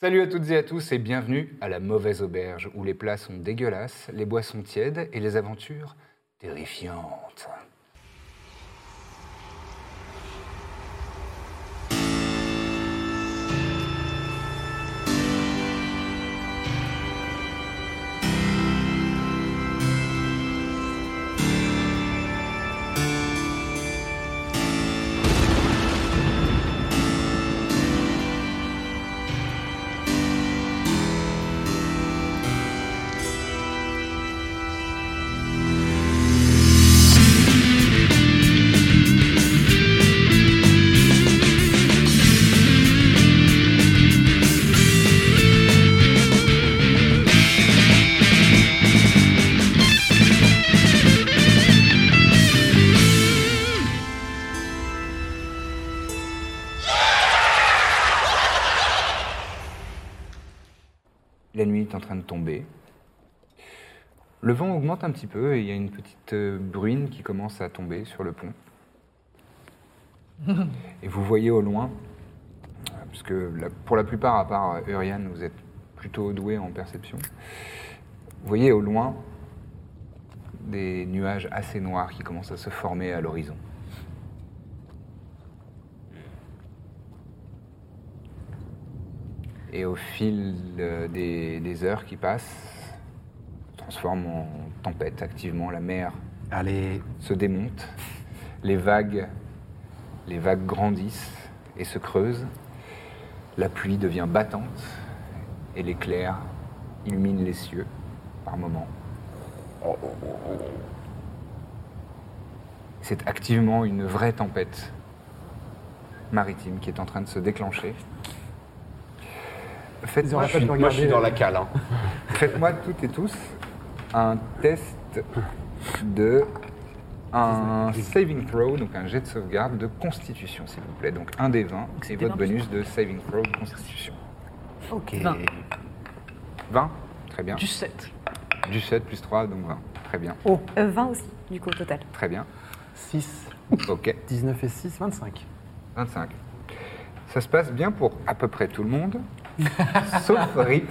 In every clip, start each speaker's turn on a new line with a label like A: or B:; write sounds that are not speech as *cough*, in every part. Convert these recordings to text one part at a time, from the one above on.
A: Salut à toutes et à tous et bienvenue à la mauvaise auberge où les plats sont dégueulasses, les boissons tièdes et les aventures terrifiantes. La nuit est en train de tomber. Le vent augmente un petit peu et il y a une petite euh, bruine qui commence à tomber sur le pont. et vous voyez au loin, euh, puisque la- pour la plupart, à part euh, Urian, vous êtes plutôt doué en perception, vous voyez au loin des nuages assez noirs qui commencent à se former à l'horizon. et au fil euh, des, des heures qui passent, se transforme en tempête activement. La mer
B: Allez,
A: se démonte, les vagues, les vagues grandissent et se creusent. La pluie devient battante et l'éclair illumine les cieux par moments. C'est activement une vraie tempête maritime qui est en train de se déclencher. Faites-moi
B: Je suis- moi je suis dans la cale. hein.
A: Faites-moi toutes et tous un test de un saving throw, donc un jet de sauvegarde de constitution, s'il vous plaît. Donc un des 20 et
C: C'était
A: votre
C: 20.
A: bonus de saving throw de constitution.
B: Ok.
C: Vingt.
A: 20 Très bien.
C: Du 7.
A: Du 7 plus 3, donc 20. Très bien.
B: Oh,
D: Euh, 20 aussi, du coup, au total.
A: Très bien.
B: 6,
A: Ok.
B: 19 et 6, 25.
A: 25. Ça se passe bien pour à peu près tout le
B: *laughs*
A: monde, sauf Rip,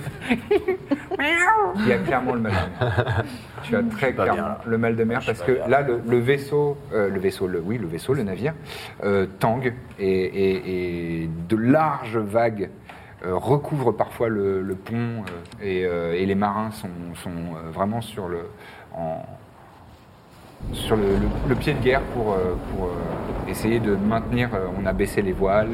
A: qui a clairement le mal de mer. Tu as très
B: pas bien,
A: clairement
B: là.
A: le mal de mer parce que là, le, le vaisseau, euh, le vaisseau, le, oui, le vaisseau, le navire, euh, tangue et, et- et de larges vagues euh, recouvrent parfois le, le pont euh, et, euh, et les marins sont, sont, euh, vraiment sur le, en, sur le, le- le pied de guerre pour, euh, pour euh, essayer de maintenir. euh, on a baissé les voiles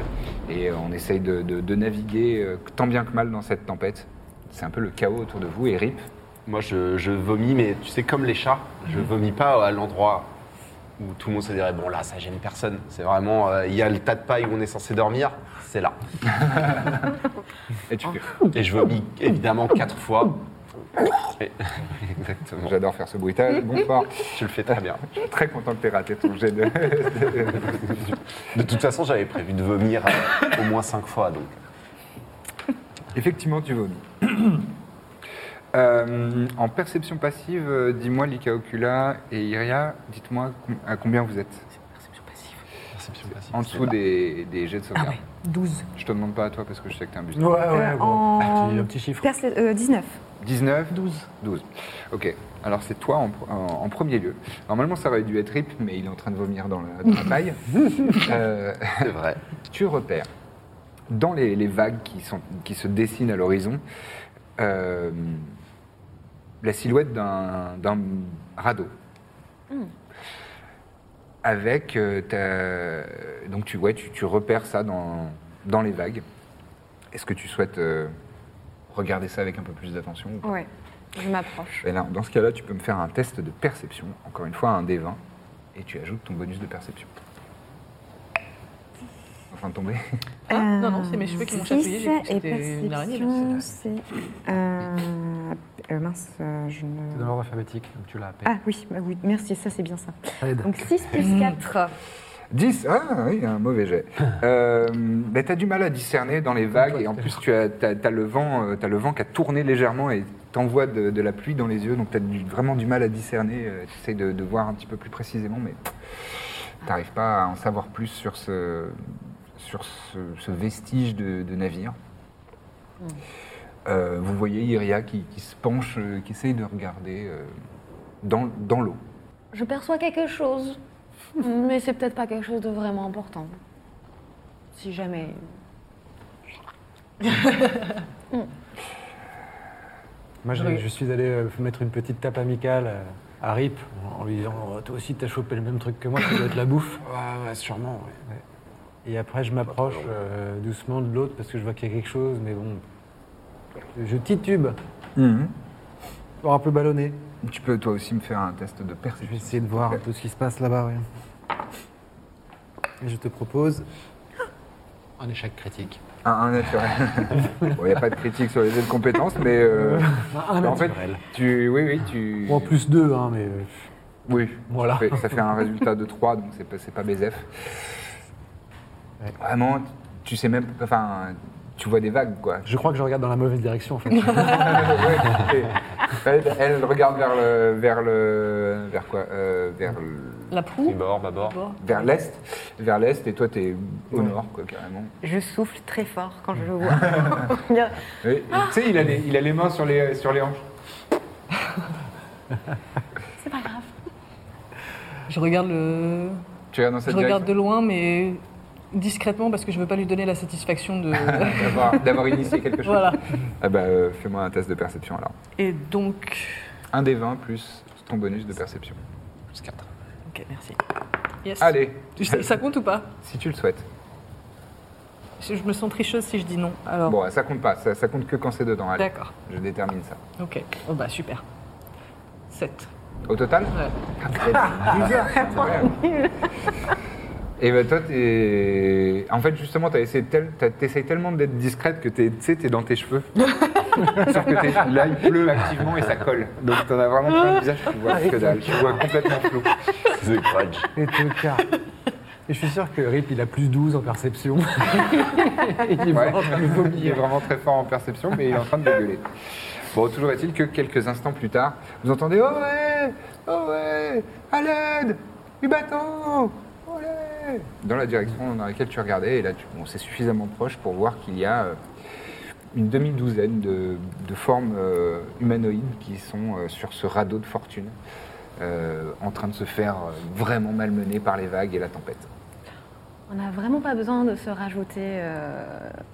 A: et euh, on essaye de, de- de naviguer euh, tant bien que mal dans cette tempête. C'est un peu le chaos autour de vous et Rip.
B: Moi je, je vomis, mais tu sais, comme les chats, je vomis pas à l'endroit où tout le monde se dirait bon là ça gêne personne. C'est vraiment, euh, il y a le tas de paille où on est censé dormir, c'est là.
A: Et tu fais. *laughs*
B: Et je vomis évidemment quatre fois. Et- Exactement.
A: J'adore faire ce bruitage. Bonsoir.
B: Tu le fais très bien.
A: Je suis très content que tu aies raté ton jet de. *laughs*
B: De toute façon, j'avais prévu de vomir euh, au moins cinq fois donc. *laughs*
A: Effectivement, tu vomis. *clears throat* Euh, en perception passive, euh, dis-moi, Lika Ocula et Iria, dites-moi com- à combien vous êtes en dessous des, des jets de
E: Ah
A: sauvegarde.
D: 12.
A: Je te demande pas à toi parce que je sais que t'es un bus.
B: Ouais, ouais,
D: Ah Euh, en-
F: Ah,
B: petit, petit chiffre.
D: Perce- euh, 19.
A: 19 12. 12. Ok. Alors c'est toi en, pr- en- en premier lieu. Normalement ça aurait dû être Rip, mais il est en train de vomir dans la, dans la paille. Euh,
B: C'est vrai.
A: tu repères, dans les, les vagues qui, sont, qui se dessinent à l'horizon, euh, la silhouette d'un d'un radeau. Avec. euh, ta- Donc tu, ouais, tu, tu repères ça dans, dans les vagues. Est-ce que tu souhaites euh, regarder ça avec un peu plus d'attention ou pas
D: Ouais, je m'approche.
A: et là, dans ce cas-là, tu peux me faire un test de perception, encore une fois un D20, et tu ajoutes ton bonus de perception. Enfin tomber.
C: Ah, non, non, c'est mes cheveux qui m'ont chatouillé, j'ai cru que
D: Euh, Et
C: c'était une araignée, là,
D: perception, c'est... Euh, euh, mince, euh, je
E: C'est dans
D: ne...
E: l'ordre alphabétique, donc tu l'as appelé.
D: Ah oui, bah oui, merci, ça c'est bien ça.
E: Aide.
D: Donc 6
E: Hmm.
D: plus 4.
A: 10 Ah oui, un mauvais jet. Euh, mais t'as du mal à discerner dans les vagues, et en plus, tu as, t'as- t'as le vent, euh, t'as le vent qui a tourné légèrement et t'envoie de, de la pluie dans les yeux, donc t'as du- vraiment du mal à discerner. euh, T'essayes de, de voir un petit peu plus précisément, mais t'arrives pas à en savoir plus sur ce, sur ce, ce vestige de- de navire. Euh, vous voyez Iria qui, qui se penche, euh, qui essaye de regarder euh, dans, dans l'eau.
E: Je perçois quelque chose, mais c'est peut-être pas quelque chose de vraiment important. Si jamais.
F: Moi, j'ai- je suis allé euh, mettre une petite tape amicale euh, à Rip en lui disant Oh, Toi aussi, t'as chopé le même truc que moi, ça doit être la bouffe.
B: *laughs* Ouais, ouais, sûrement, ouais.
F: Et après, je m'approche euh, doucement de l'autre parce que je vois qu'il y a quelque chose, mais bon. Je titube pour un peu ballonner.
A: Tu peux toi aussi me faire un test de
F: Je vais
A: perception.
F: essayer de voir un peu ce qui se passe là-bas. ouais. Et je te propose un échec critique.
A: Un, un *laughs* naturel. Bon, Il n'y a pas de critique sur les jeux de compétences, mais euh,
F: Un
A: en fait, tu, oui, oui, tu.
F: en plus deux, hein, mais euh,
A: Oui,
F: voilà.
A: Ça fait, ça fait un résultat de 3, donc c'est pas, c'est pas BZF. Vraiment, tu sais même. Enfin, tu vois des vagues, *laughs* quoi.
F: Je crois que je regarde dans la mauvaise direction en
A: *laughs*
F: fait.
A: Ouais, elle, elle regarde vers le. Vers, le, vers quoi Euh, Vers le-
C: La proue
B: Bâbord, bâbord.
A: vers l'est. Vers l'est, et toi, t'es au nord, quoi, carrément.
D: Je souffle très fort quand je le vois.
A: Et- et Tu sais, il, a les- il a les mains sur les, sur les hanches.
E: C'est pas grave.
C: Je regarde le.
A: Tu regardes dans
C: Je
A: cette
C: regarde de
A: direction
C: loin, mais discrètement parce que je veux pas lui donner la satisfaction
A: *laughs*
C: de.
A: d'avoir- d'avoir initié *laughs* quelque chose.
C: voilà.
A: Ah bah, euh, fais-moi un test de perception, alors.
C: Et donc.
A: Un des 20 plus ton bonus de perception.
B: Plus 4.
C: Ok, merci. Yes.
A: Allez,
C: Tu sais, ça compte ou pas
A: si tu le souhaites.
C: Je je me sens tricheuse si je dis non. Alors.
A: Bon, ça compte pas, ça, ça compte que quand c'est dedans. Allez,
C: D'accord.
A: je détermine ça.
C: Ok. Oh bah super. 7.
A: Au total
C: Ouais. Ah,
A: *laughs* Et ben toi, t'es. En fait, justement, t'as essayé tel... t'as- t'essayes tellement d'être discrète que t'es, tu sais, t'es dans
C: *laughs*
A: tes cheveux. Sauf que t'es- là, il pleut activement et ça colle. Donc t'en as vraiment plein le visage, tu vois que dalle, tu vois complètement flou.
B: The Grudge.
F: Et tout cas. Et je suis sûr que Rip, il a plus 12 en perception. *laughs* il est
A: Ouais.
F: mort, il est
A: Il
F: vomi.
A: est vraiment très fort en perception, mais il est en train de dégueuler. Bon, toujours est-il que quelques instants plus tard, vous entendez Oh ouais Oh ouais À l'aide Du bateau Olé Dans la direction dans laquelle tu regardais, et là, tu- bon, c'est suffisamment proche pour voir qu'il y a euh, une demi-douzaine de, de formes euh, humanoïdes qui sont euh, sur ce radeau de fortune, euh, en train de se faire euh, vraiment malmener par les vagues et la tempête.
E: On n'a vraiment pas besoin de se rajouter euh,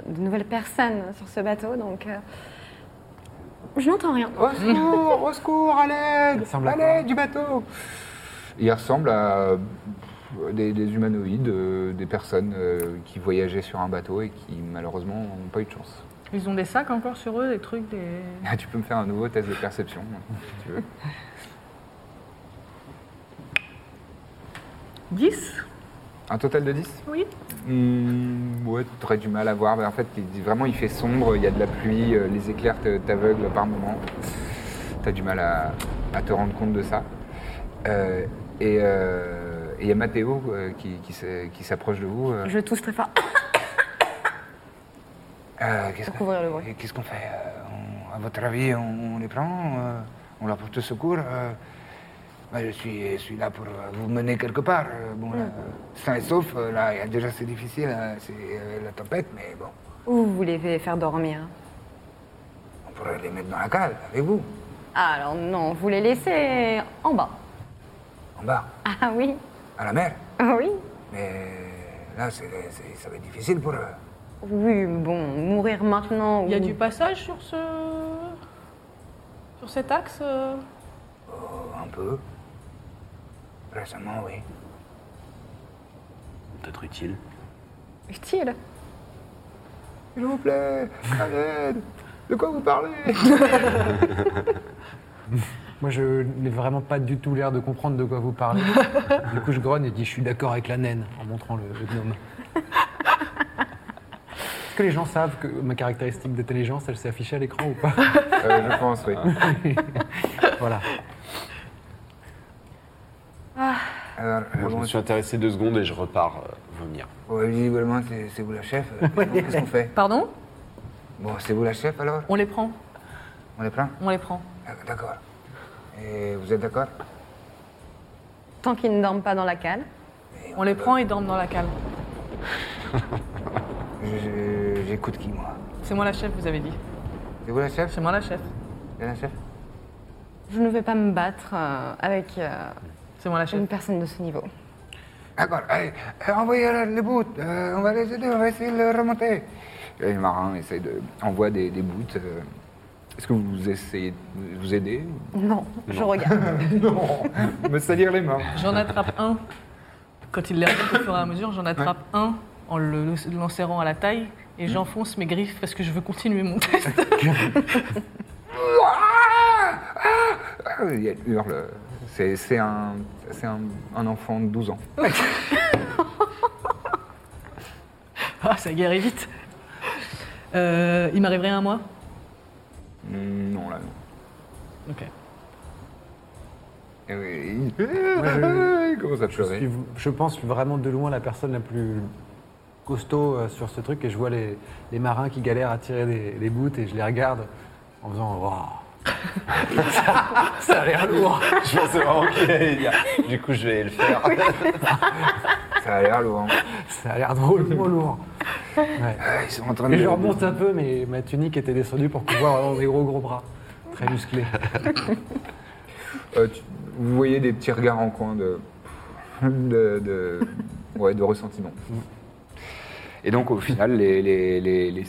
E: de nouvelles personnes sur ce bateau, donc. euh, Je n'entends rien.
A: Au secours, au secours, à l'aide,
F: Il ressemble à
A: à
F: quoi hein
A: l'aide du bateau. Il ressemble à euh, des, des humanoïdes, euh, des personnes euh, qui voyageaient sur un bateau et qui malheureusement n'ont pas eu de chance. *laughs*
C: Ils ont des sacs encore sur eux, des trucs, des.
A: Ah, tu peux me faire un nouveau test de perception, hein, si tu veux.
C: 10
A: Un total de 10
C: Oui.
A: Hmm, Ouais, t'aurais du mal à voir, mais en fait, il- vraiment, il fait sombre, il y a de la pluie, euh, les éclairs te- t'aveuglent par moments. T'as du mal à, à te rendre compte de ça. Euh, et euh, et il y a Mathéo euh, qui, qui se- qui s'approche de vous. euh.
D: je tousse
E: *coughs*
D: très fort.
A: Euh, qu'est-ce, qu'on,
D: couvrir le bruit.
A: qu'est-ce qu'on fait euh, on- À votre avis, on, on les prend euh, On leur porte secours euh, bah, je, suis, je suis là pour euh, vous mener quelque part. euh, bon, là, sain et sauf, euh, là, il y a déjà c'est difficile, hein, c'est euh, la tempête, mais bon,
D: Où vous voulez faire dormir
A: on pourrait les mettre dans la cale avec vous,
E: Ah, alors non, vous les laissez en bas.
A: en bas,
E: Ah oui,
A: à la mer.
E: ah oui.
A: Mais là, c'est, c'est- ça va être difficile pour eux.
E: Oui, bon, mourir maintenant.
C: Il y a
E: ou-
C: du passage sur ce. Sur cet axe euh
A: Oh, un peu. Récemment, oui.
B: Peut-être utile.
E: utile.
A: S'il vous plaît, à l'aide. De quoi vous parlez
B: Euh,
F: Moi, je n'ai vraiment pas du tout l'air de comprendre de quoi
A: *laughs*
F: vous parlez. du coup, je grogne et dis Je suis d'accord avec la naine en montrant le, le gnome. Est-ce que les gens savent que ma caractéristique d'intelligence, elle s'est affichée à l'écran ou pas
A: Je pense, oui.
F: Voilà.
A: Alors, euh,
B: Moi, je
A: bon,
B: me suis intéressé deux secondes et je repars euh, vomir. *laughs*
A: Ouais, visiblement, c'est c'est vous la chef. Euh, Qu'est-ce qu'on fait
C: Pardon
A: Bon, c'est vous la chef alors
C: On les prend.
A: On est plein
C: On les prend.
A: D'ac- D'accord. Et vous êtes d'accord
E: Tant qu'ils ne dorment pas dans la cale.
C: On les prend et dorment dans la cale.
A: Je- je- J'écoute qui, moi
G: C'est moi la chef, vous avez dit.
A: C'est vous la chef
G: C'est moi la chef.
A: C'est la chef
E: Je ne vais pas me battre euh, avec euh,
G: C'est moi la chef.
E: une personne de ce niveau.
A: Ah bon, allez, euh, envoyez les bouts, euh, on va les aider, on va essayer de le remonter. Euh, Et les marins essayent de, envoient des, des bouts. euh. Est-ce que vous essayez de vous aider
E: Non, je regarde.
A: Non *laughs* Me salir les mains.
G: J'en attrape un. Quand il les remonte au fur et à mesure, j'en attrape un en le, l'en serrant à la taille
A: Mm.
G: et j'enfonce mes griffes parce que je veux continuer mon test.
A: Ah, il y a- hurle. C'est c'est un, c'est un, un enfant de 12 ans.
G: *laughs* Ah, ça guérit vite. Euh, il m'arriverait un mois
A: Mm, Non, là, non.
G: Ok.
A: Et oui, il- *laughs*
F: je-
A: il commence à
F: Je, suis-
A: pleurer.
F: je pense vraiment de loin la personne la plus costaud euh, sur ce truc et je vois les, les marins qui galèrent à tirer des, des bouts et je les regarde en faisant Waouh
A: *laughs*
F: ça, ça a l'air lourd
B: Je pensais vraiment qu'il allait dire. Du coup, je vais le faire.
A: Ça a l'air
F: *laughs*
A: lourd. hein.
F: Ça a l'air drôlement lourd Ouais.
A: Ah, Ils sont en train de.
F: Et je remonte un peu mais ma tunique était descendue pour pouvoir avoir mes gros gros bras très musclés.
A: Euh, tu- vous voyez des petits regards en coin de. de, de- ouais, de ressentiment. Et donc, au final, les, les- les- les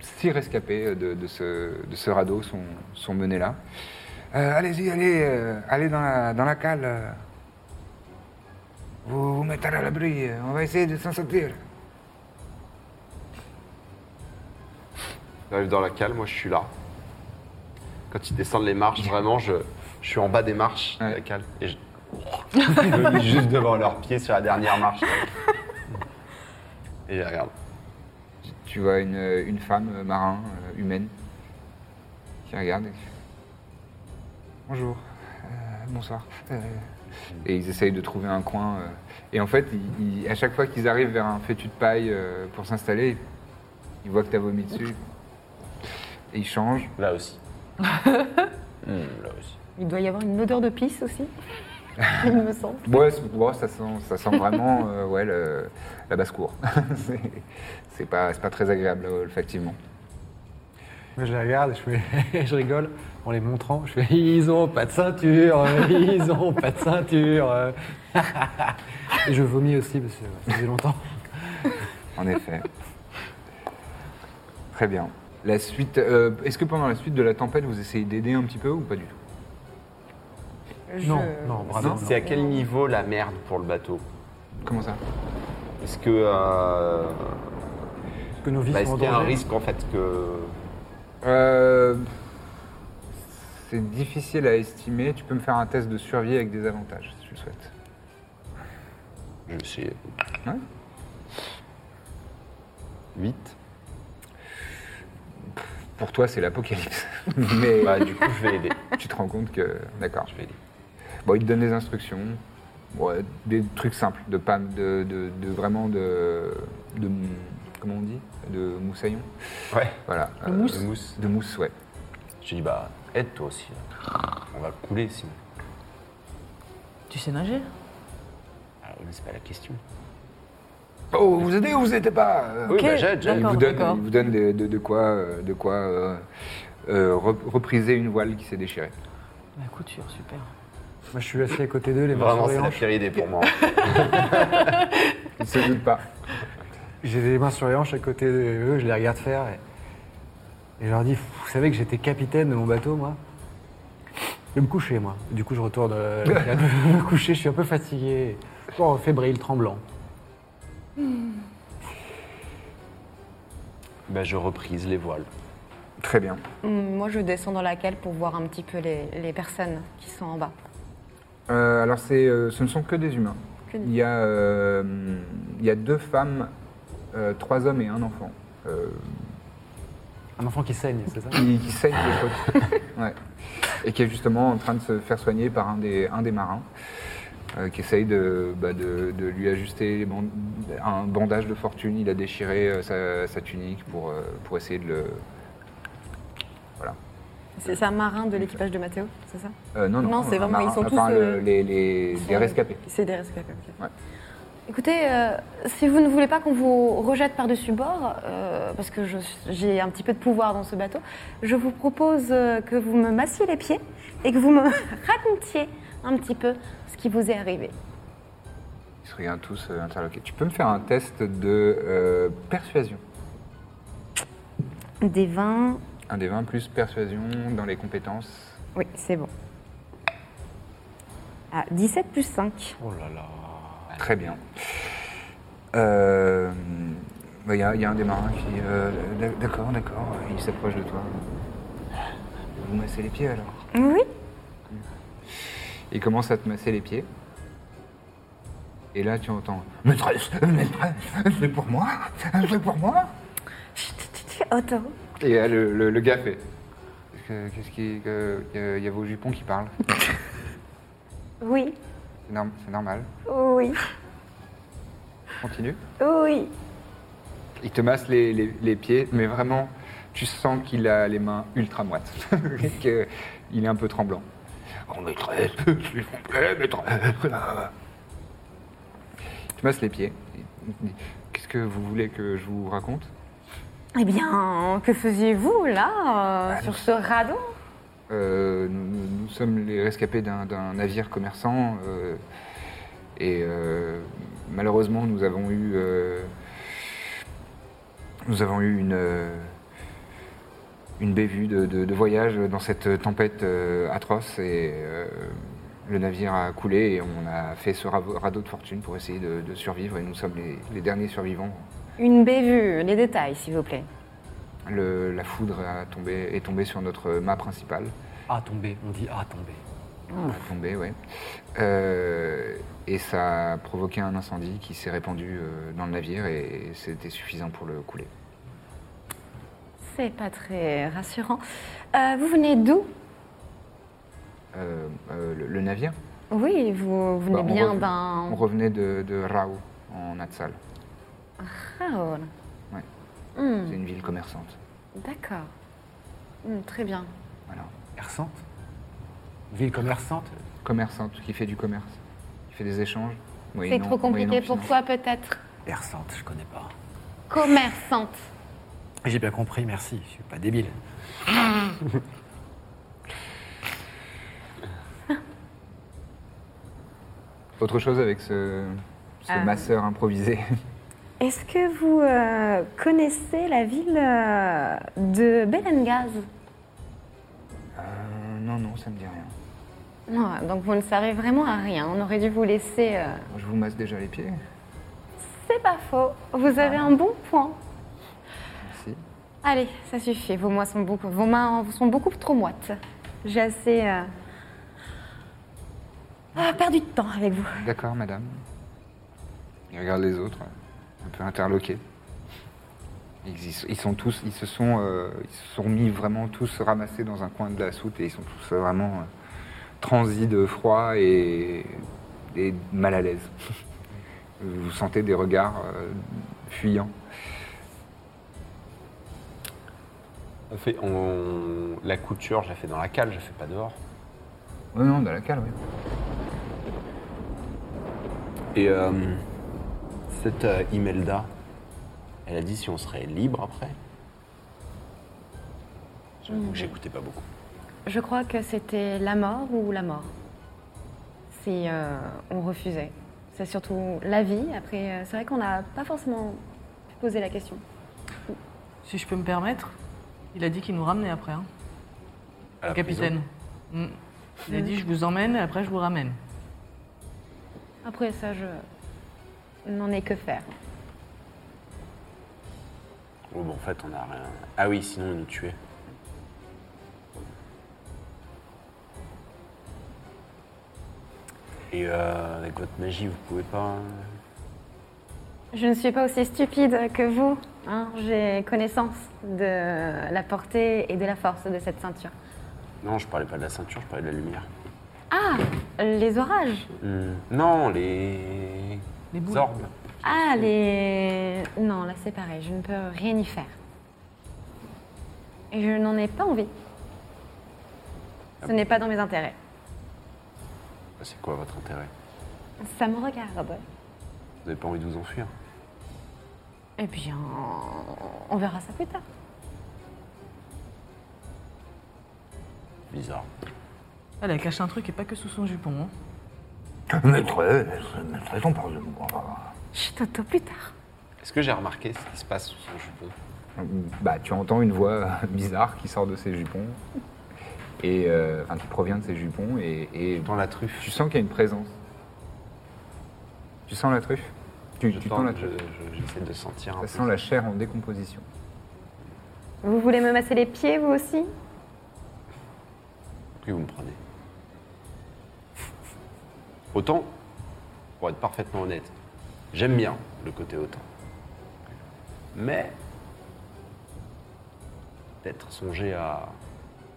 A: six rescapés de, de ce, de ce radeau sont, sont menés là. Euh, allez-y, allez, euh, allez dans la, dans la cale. euh. Vous vous mettez à l'abri, euh, on va essayer de s'en sortir.
B: J'arrive dans la cale, moi je suis là. Quand ils descendent les marches, vraiment, je, je suis en bas des marches de la
A: Ouais.
B: cale.
F: *laughs*
B: Et je, je me mets juste devant leurs pieds sur la dernière marche. Et je les regarde.
A: Tu vois une, une femme euh, marin euh, humaine qui regarde. et qui fait, Bonjour, euh, bonsoir. euh. Et ils essayent de trouver un coin. euh, et en fait, ils- ils- à chaque fois qu'ils arrivent vers un fétu de paille euh, pour s'installer, ils voient que t'as vomi dessus. Et ils changent.
F: *laughs*
B: Là aussi. Hmm, là aussi.
E: Il doit y avoir une odeur de pisse aussi, *laughs* il me semble.
A: Ouais, c'est- ouais, ça, sent, ça sent *laughs* vraiment euh, ouais, le- la basse-cour. *laughs* c'est, c'est pas, c'est pas très agréable, euh, effectivement.
F: Moi, je les regarde et je, fais- *laughs* je rigole en les montrant. Je fais Ils ont pas de ceinture euh, Ils ont pas de ceinture euh. *laughs* Et je vomis aussi parce que ça faisait longtemps.
A: En effet. Très bien. La suite. euh, Est-ce que pendant la suite de la tempête, vous essayez d'aider un petit peu ou pas du tout
F: Non, Ah non, vraiment.
B: C'est à quel niveau la merde pour le bateau
A: Comment ça
B: Est-ce que. euh,
F: Parce que nos vies
B: bah,
F: sont
B: Est-ce
F: en
B: qu'il y a un
F: danger.
B: risque en fait que.
A: Euh, C'est difficile à estimer. Tu peux me faire un test de survie avec des avantages, si tu le souhaites.
B: Je vais essayer.
A: Ouais.
B: 8.
A: Pour toi, c'est l'apocalypse. *laughs* Mais
B: Bah, du coup, je vais aider.
A: tu te rends compte que. D'accord.
B: Je vais aider.
A: Bon, il te donne des instructions. Ouais, des trucs simples, de pas de, de- de vraiment de, de. Comment on dit De moussaillon.
B: Ouais.
A: Voilà. Euh,
B: mousse. De mousse.
A: De mousse, ouais.
B: Je dis bah aide toi aussi. hein. On va couler sinon.
G: Tu sais nager
B: Alors Ah mais c'est pas la question.
A: Oh, vous aidez ou vous aidez pas euh,
B: Oui, bah, j'aide, j'aide.
A: Il
G: D'accord,
A: vous donne,
G: d'accord.
A: il vous donne de, de- de quoi, euh, de quoi euh, euh, rep- repriser une voile qui s'est déchirée.
G: La couture, Bah, super.
F: Moi, je suis assis à côté d'eux, les mains sur
B: Vraiment
F: les
B: c'est la
F: hanches.
B: pire idée *laughs* pour moi.
A: Il ne se doute pas.
F: J'ai les mains sur les hanches à côté d'eux, je les regarde faire. Et, et je leur dis Vous savez que j'étais capitaine de mon bateau, moi Je vais me coucher, moi. Du coup, je retourne euh, à la cave, me coucher, je suis un peu fatigué. Bon, fébrile, tremblant.
B: bah je reprise les voiles.
A: *laughs* Très bien.
E: Hum, Moi, je descends dans la cale pour voir un petit peu les, les personnes qui sont en bas.
A: Euh, alors, c'est, euh, ce ne sont que des humains.
E: Que des-
A: Il y a, euh, il y a deux femmes, euh, trois hommes et un enfant euh,
F: Un enfant qui saigne, c'est ça
A: qui, qui saignent des fautes. *laughs* Ouais. Et qui est justement en train de se faire soigner par un des, un des marins. euh, qui essaye de, bah, de- de lui ajuster les ban- un bandage de fortune. Il a déchiré euh, sa, sa tunique pour, euh, pour essayer de le.
E: C'est c'est un marin de l'équipage de Mathéo, c'est ça
A: Euh, non, non,
E: Non, c'est
A: un
E: vraiment- ils sont
A: enfin,
E: tous,
A: le-
E: euh,
A: les, les-
E: Ils
A: les
E: sont-
A: rescapés.
E: C'est des rescapés, ok.
A: Ouais.
E: Écoutez, euh, si vous ne voulez pas qu'on vous rejette par-dessus bord, euh, parce que je- j'ai un petit peu de pouvoir dans ce bateau, je vous propose euh, que vous me massiez les pieds et que vous me *laughs* racontiez un petit peu ce qui vous est arrivé.
A: Ils se regardent tous euh, interloqués. Tu peux me faire un test de euh, persuasion
D: Des vins.
A: Un des 20 plus persuasion dans les compétences.
D: Oui, c'est bon. Ah, 17 plus 5.
B: Oh.
A: Très bien. Euh, bah, Il y, a- il y a un des marins qui. euh, d'ac- d'accord, d'accord, il s'approche de toi. Vous massez les pieds alors
D: Oui.
A: Il commence à te masser les pieds. Et là, tu entends Maîtresse, maîtresse, c'est pour moi, c'est pour moi
D: Chut, chut, chut, Otto.
A: Et euh, le, le, le gars fait Que- Qu'est-ce qui. que- que- Il y a vos jupons qui parlent.
D: Oui.
A: C'est norm- c'est normal.
D: Oui.
A: Continue.
D: Oui.
A: Il te masse les, les- les pieds, mais vraiment, tu sens qu'il a les mains ultra moites. *laughs* Et que il est un peu tremblant. Oh maîtresse, s'il vous plaît, maîtresse. Tu masses les pieds. Il te dit, Qu'est-ce que vous voulez que je vous raconte
E: Eh bien, que faisiez-vous là, euh, sur ce radeau
A: Euh, nous, nous sommes les rescapés d'un d'un navire commerçant euh, et euh, malheureusement nous avons eu euh, nous avons eu une euh, une bévue de, de- de voyage dans cette tempête euh, atroce et euh, le navire a coulé et on a fait ce ravo- radeau de fortune pour essayer de, de survivre et nous sommes les, les derniers survivants.
E: Une bévue, les détails, s'il vous plaît.
A: Le- la foudre a tombé, est tombée sur notre mât principal.
F: Ah, tombé, on dit ah, tombé.
A: a tombé, ouais. Euh, et ça a provoqué un incendie qui s'est répandu euh, dans le navire et c'était suffisant pour le couler.
E: C'est pas très rassurant. Euh, vous venez d'où
A: Euh, euh, le, le navire
E: Oui, vous venez
A: Bah, on
E: bien
A: rev-
E: d'un
A: On revenait de, de Rao, en Natsal.
E: raoul.
A: Ouais.
E: Hmm,
A: C'est une ville commerçante.
E: D'accord. Hmm, très bien.
A: Voilà.
F: Commerçante Ville commerçante
A: Commerçante, qui fait du commerce, qui fait des échanges.
E: C'est
A: Moyennant-
E: trop compliqué.
A: moyennant finance.
E: Pourquoi peut-être
F: Commerçante, je connais pas.
E: commerçante
F: J'ai bien compris, merci, je suis pas débile.
A: Autre chose avec ce, ce
E: Ah.
A: masseur
E: *laughs*
A: improvisé.
D: Est-ce que vous euh, connaissez la ville euh, de Belengaz
A: Euh, non, non, ça me dit rien.
E: Non, donc vous ne savez vraiment à rien. On aurait dû vous laisser. euh,
A: Je vous masse déjà les pieds.
E: C'est pas faux. Vous avez un bon point.
A: Merci.
E: Allez, ça suffit. Vos mains sont beaucoup, vos mains sont beaucoup trop moites. J'ai assez euh, ah, perdu de temps avec vous.
A: D'accord, madame. Il regarde les autres, un peu interloqués. Ils, y sont- ils sont tous, ils se sont, euh, ils se sont mis vraiment tous ramassés dans un coin de la soute et ils sont tous euh, vraiment euh, transis de froid et, et mal à l'aise. *laughs* Vous sentez des regards euh, fuyants.
B: On fait- on- La couture, je la fais dans la cale, je la fais pas dehors.
A: Oh non, dans la cale, oui.
B: Et euh, cette euh, Imelda, elle a dit si on serait libre après.
G: Mmh.
B: J'avoue que J'écoutais pas beaucoup.
E: Je crois que c'était la mort ou la mort. Si euh, on refusait. C'est surtout la vie. Après, euh, c'est vrai qu'on n'a pas forcément posé la question.
G: Si je peux me permettre, il a dit qu'il nous ramenait après, hein,
B: À
A: Ah,
B: la
G: le capitaine. Mm. Il a dit je vous emmène, et après je vous ramène.
E: Après ça, je n'en ai que faire.
B: prison. Oh, bah, en fait, on a rien. Ah oui, sinon ils nous tuaient. Et euh, avec votre magie, vous pouvez pas. euh,
E: Je ne suis pas aussi stupide que vous. hein. J'ai connaissance de la portée et de la force de cette ceinture.
B: Non, je parlais pas de la ceinture, je parlais de la lumière.
E: Ah, les orages.
B: Hmm. Non, les.
G: Les boules.
B: orbes.
E: Ah, les... Non, là c'est pareil, je ne peux rien y faire. Et je n'en ai pas envie. Ce n'est pas dans mes intérêts.
B: C'est quoi votre intérêt
E: Ça me regarde.
B: Vous n'avez pas envie de vous enfuir
E: Eh bien, on verra ça plus tard.
B: Bizarre.
G: Elle a caché un truc et pas que sous son jupon. hein.
A: Maître, euh, maître, on parle de moi.
E: Chut, Toto, plus tard.
B: Est-ce que j'ai remarqué ce qui se passe sous son jupon
A: Bah, tu entends une voix *laughs* bizarre qui sort de ses jupons, et, euh, enfin, qui provient de ses jupons, et, et
B: Dans la truffe.
A: tu sens qu'il y a une présence. Tu sens la truffe Tu,
B: Je
A: tu
B: tente,
A: sens la
B: je-
A: truffe
B: je- j'essaie de sentir un
A: Ça
B: peu.
A: sent la chair en décomposition.
D: Vous voulez me masser les pieds, vous aussi
B: que vous me prenez. Autant, pour être parfaitement honnête, j'aime bien le côté autant. Mais, peut-être songer à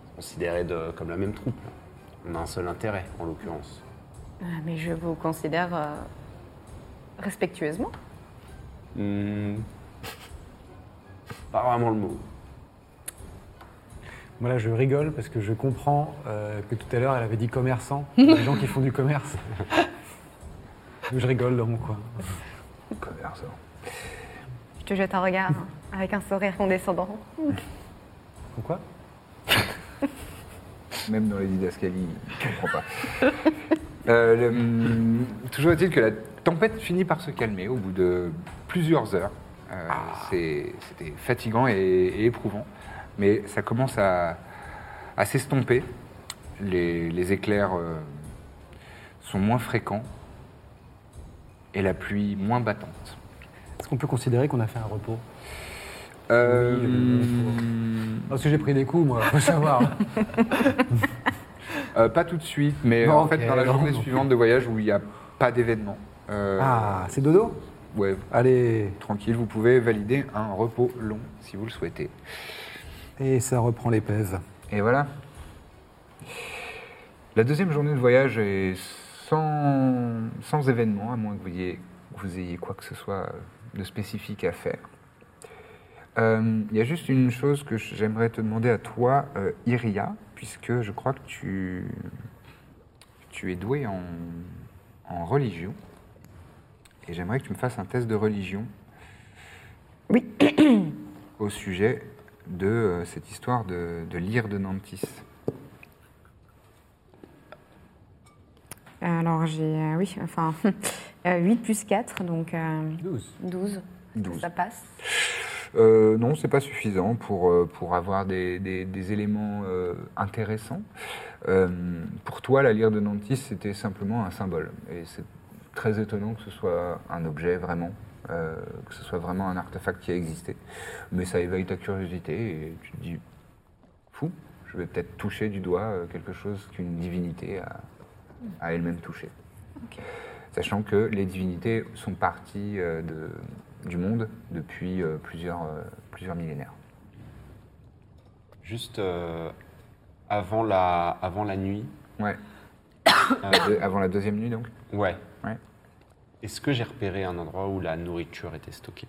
B: se considérer de- comme la même troupe. là. On a un seul intérêt, en l'occurrence.
E: Ah, Mais je vous considère euh, respectueusement.
B: Hmm. Pas vraiment le mot.
F: Moi là, je rigole parce que je comprends euh, que tout à l'heure, elle avait dit commerçant, les gens qui font du commerce. *laughs* je rigole dans mon coin.
A: Commerçant.
E: Je te jette un regard *laughs* avec un sourire condescendant.
F: Pourquoi
A: Même dans les didascalies, je ne comprends pas. *laughs* Euh, le- hum, toujours est-il que la tempête finit par se calmer au bout de plusieurs heures. Euh,
F: Ah.
A: c'est- C'était fatigant et, et éprouvant, mais ça commence à, à s'estomper. Les, les éclairs euh, sont moins fréquents et la pluie moins battante.
F: Est-ce qu'on peut considérer qu'on a fait un repos
A: Euh,
F: Oui, Parce que j'ai pris des coups, moi,
A: *laughs*
F: faut savoir.
A: euh, pas tout de suite, mais
F: Non,
A: en fait
F: ok,
A: dans la
F: non,
A: journée
F: non.
A: suivante de voyage où il n'y a pas d'événement. Euh,
F: ah, c'est dodo
A: ouais,
F: Allez,
A: tranquille, vous pouvez valider un repos long si vous le souhaitez.
F: et ça reprend les pèses.
A: Et voilà. La deuxième journée de voyage est sans, sans événement, à moins que vous ayez, vous ayez quoi que ce soit de spécifique à faire. Euh, Il y a juste une chose que je- j'aimerais te demander à toi, euh, Iria, puisque je crois que tu, tu es doué en, en religion. Et j'aimerais que tu me fasses un test de religion. Oui. au sujet de euh, cette histoire de, de l'ire de Nantis.
D: Alors, j'ai. euh, oui, enfin. *laughs* euh, 8 plus 4, donc. euh,
F: 12.
D: 12.
A: Douze.
D: Ça passe.
A: Euh, non, c'est pas suffisant pour, euh, pour avoir des, des- des éléments euh, intéressants. Euh, pour toi, la lyre de Nantis, c'était simplement un symbole. Et c'est très étonnant que ce soit un objet vraiment, euh, que ce soit vraiment un artefact qui a existé. Mais ça éveille ta curiosité et tu te dis fou, je vais peut-être toucher du doigt euh, quelque chose qu'une divinité a, a elle-même touché. Sachant que les divinités sont parties euh, de- du monde depuis euh, plusieurs, euh, plusieurs millénaires.
B: Juste euh, avant, la, avant la nuit,
A: *coughs* Ouais. Euh, De- avant la deuxième nuit, donc
B: ouais.
A: Ouais.
B: Est-ce que j'ai repéré un endroit où la nourriture était stockée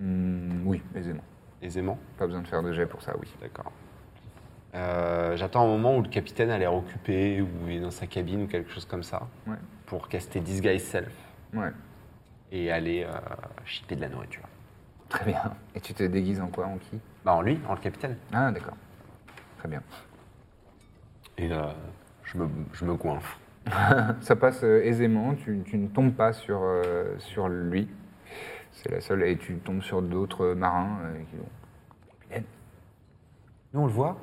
A: Hmm, Oui, aisément.
B: aisément
A: Pas besoin de faire de jet pour ça, oui.
B: D'accord. Euh, J'attends un moment où le capitaine a l'air occupé, ou il est dans sa cabine ou quelque chose comme ça,
A: Ouais.
B: pour caster Disguise Self
A: Ouais.
B: et aller euh, shipper de la nourriture.
A: Très bien. Et tu te déguises en quoi En qui
B: Bah, en lui, en le capitaine.
A: Ah, d'accord. Très bien.
B: Et euh, je, me, je me coinfre.
A: *laughs* Ça passe euh, aisément, tu, tu ne tombes pas sur, euh, sur lui. C'est la seule. Et tu tombes sur d'autres euh, marins euh, qui vont. Capitaine
F: Nous, on le voit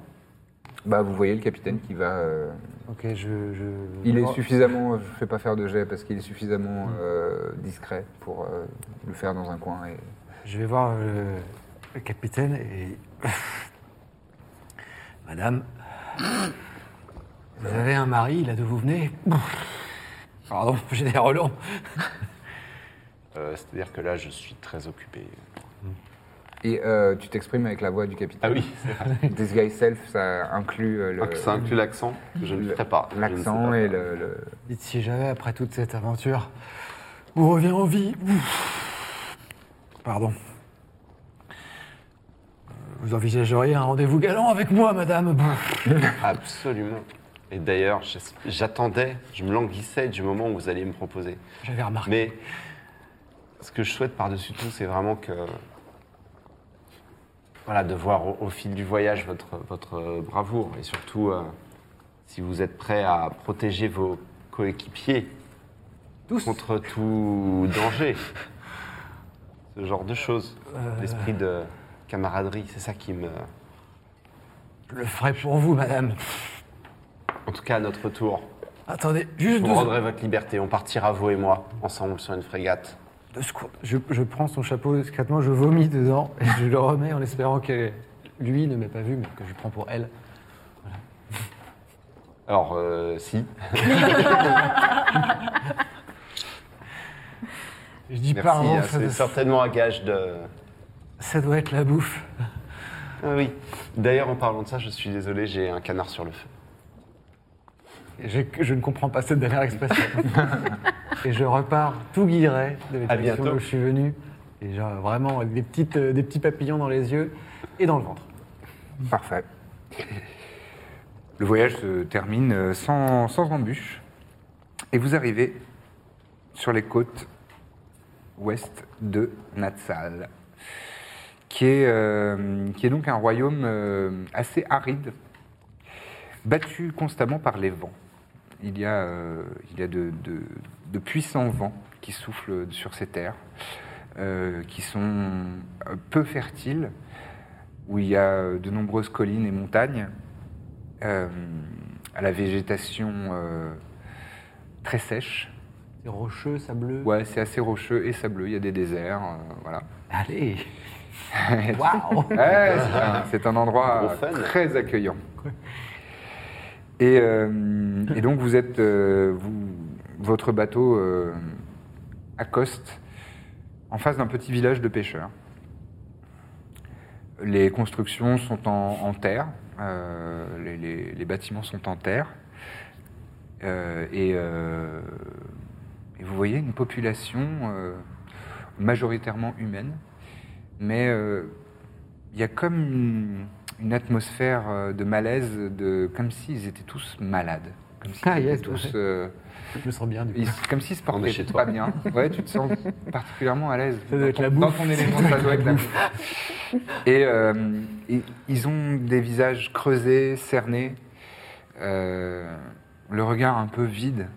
A: Bah, vous voyez le capitaine qui va. euh,
F: Ok, je. je-
A: Il est
F: Oh,
A: suffisamment, euh, je fais pas faire de jet parce qu'il est suffisamment euh, discret pour euh, le faire dans un coin. Et...
F: Je vais voir euh, le capitaine et. *laughs* Madame, vous avez un mari, là d'où vous venez Pardon, *laughs* j'ai des relents.
B: Euh, C'est-à-dire que là, je suis très occupé.
A: Et euh, tu t'exprimes avec la voix du capitaine.
B: *laughs* c'est vrai.
A: Disguise self, ça inclut euh, le-
B: Ah, Ça inclut l'accent que je ne
A: le-
B: ferai pas. Je ne sais
A: l'accent
B: pas.
A: et le, le-
F: Dites si jamais, après toute cette aventure, on revient en vie. Pardon. Euh, Vous envisageriez un rendez-vous galant avec moi, madame
B: Absolument. Et d'ailleurs, j'es- j'attendais, je me languissais du moment où vous alliez me proposer.
F: J'avais remarqué.
B: Mais ce que je souhaite par-dessus tout, c'est vraiment que. Voilà, de voir au, au fil du voyage votre, votre euh, bravoure et surtout euh, si vous êtes prêt à protéger vos coéquipiers contre tout danger. ce genre de choses. L'esprit de camaraderie, c'est ça qui me.
F: Je le ferai pour vous, madame.
B: En tout cas, à notre tour.
F: Attendez, juste
B: Vous
F: deux,
B: rendrez votre liberté, on partira, vous et moi, ensemble sur une frégate.
F: deux secondes. Je, je prends son chapeau discrètement, je vomis dedans et je le remets en espérant que lui ne m'ait pas vu, mais que je prends pour elle.
B: Alors, euh, si.
F: Je dis
B: Merci,
F: pardon,
B: euh,
F: ça,
B: c'est certainement un gage de...
F: ça doit être la bouffe.
B: Ah oui. D'ailleurs, en parlant de ça, je suis désolé, j'ai un canard sur le feu.
F: Je, je ne comprends pas cette dernière expression. et je repars tout guilleret de la
B: À
F: direction
B: bientôt.
F: où je suis venu. Et genre, vraiment, avec des, petites, euh, des petits papillons dans les yeux et dans le ventre.
A: Parfait. Le voyage se termine euh, sans, sans embûche. Et vous arrivez sur les côtes ouest de Natsal, qui est, euh, qui est donc un royaume euh, assez aride, battu constamment par les vents. Il y a, euh, il y a de, de- de puissants vents qui soufflent sur ces terres, euh, qui sont euh, peu fertiles, où il y a euh, de nombreuses collines et montagnes, euh, à la végétation euh, très sèche.
F: C'est rocheux, sableux.
A: Ouais, c'est assez rocheux et sableux, il y a des déserts, euh, voilà.
F: Allez Waouh
A: Ouais, c'est un- c'est un, endroit
B: Gros fan.
A: très accueillant. Et, euh, et donc vous êtes, euh, vous- votre bateau euh, accoste en face d'un petit village de pêcheurs. Les constructions sont en, en terre, euh, les, les- les bâtiments sont en terre, Euh, et, euh, et vous voyez une population euh, majoritairement humaine, mais euh, il y a comme une, une atmosphère euh, de malaise, de, comme s'ils étaient tous malades. Comme s'ils
F: Ah,
A: étaient
F: yes,
A: tous,
F: ouais.
A: euh,
F: Je me sens bien du coup.
A: ils- comme s'ils se
B: On est
A: portaient
B: chez
A: pas
B: toi.
A: bien. Ouais, tu te sens particulièrement à l'aise.
F: Ça doit
A: Dans
F: être
A: ton-
F: la
A: Dans
F: bouffe.
A: ton élément, ça doit être la
F: *laughs*
A: bouffe. Et euh, et ils ont des visages creusés, cernés, euh, le regard un peu vide,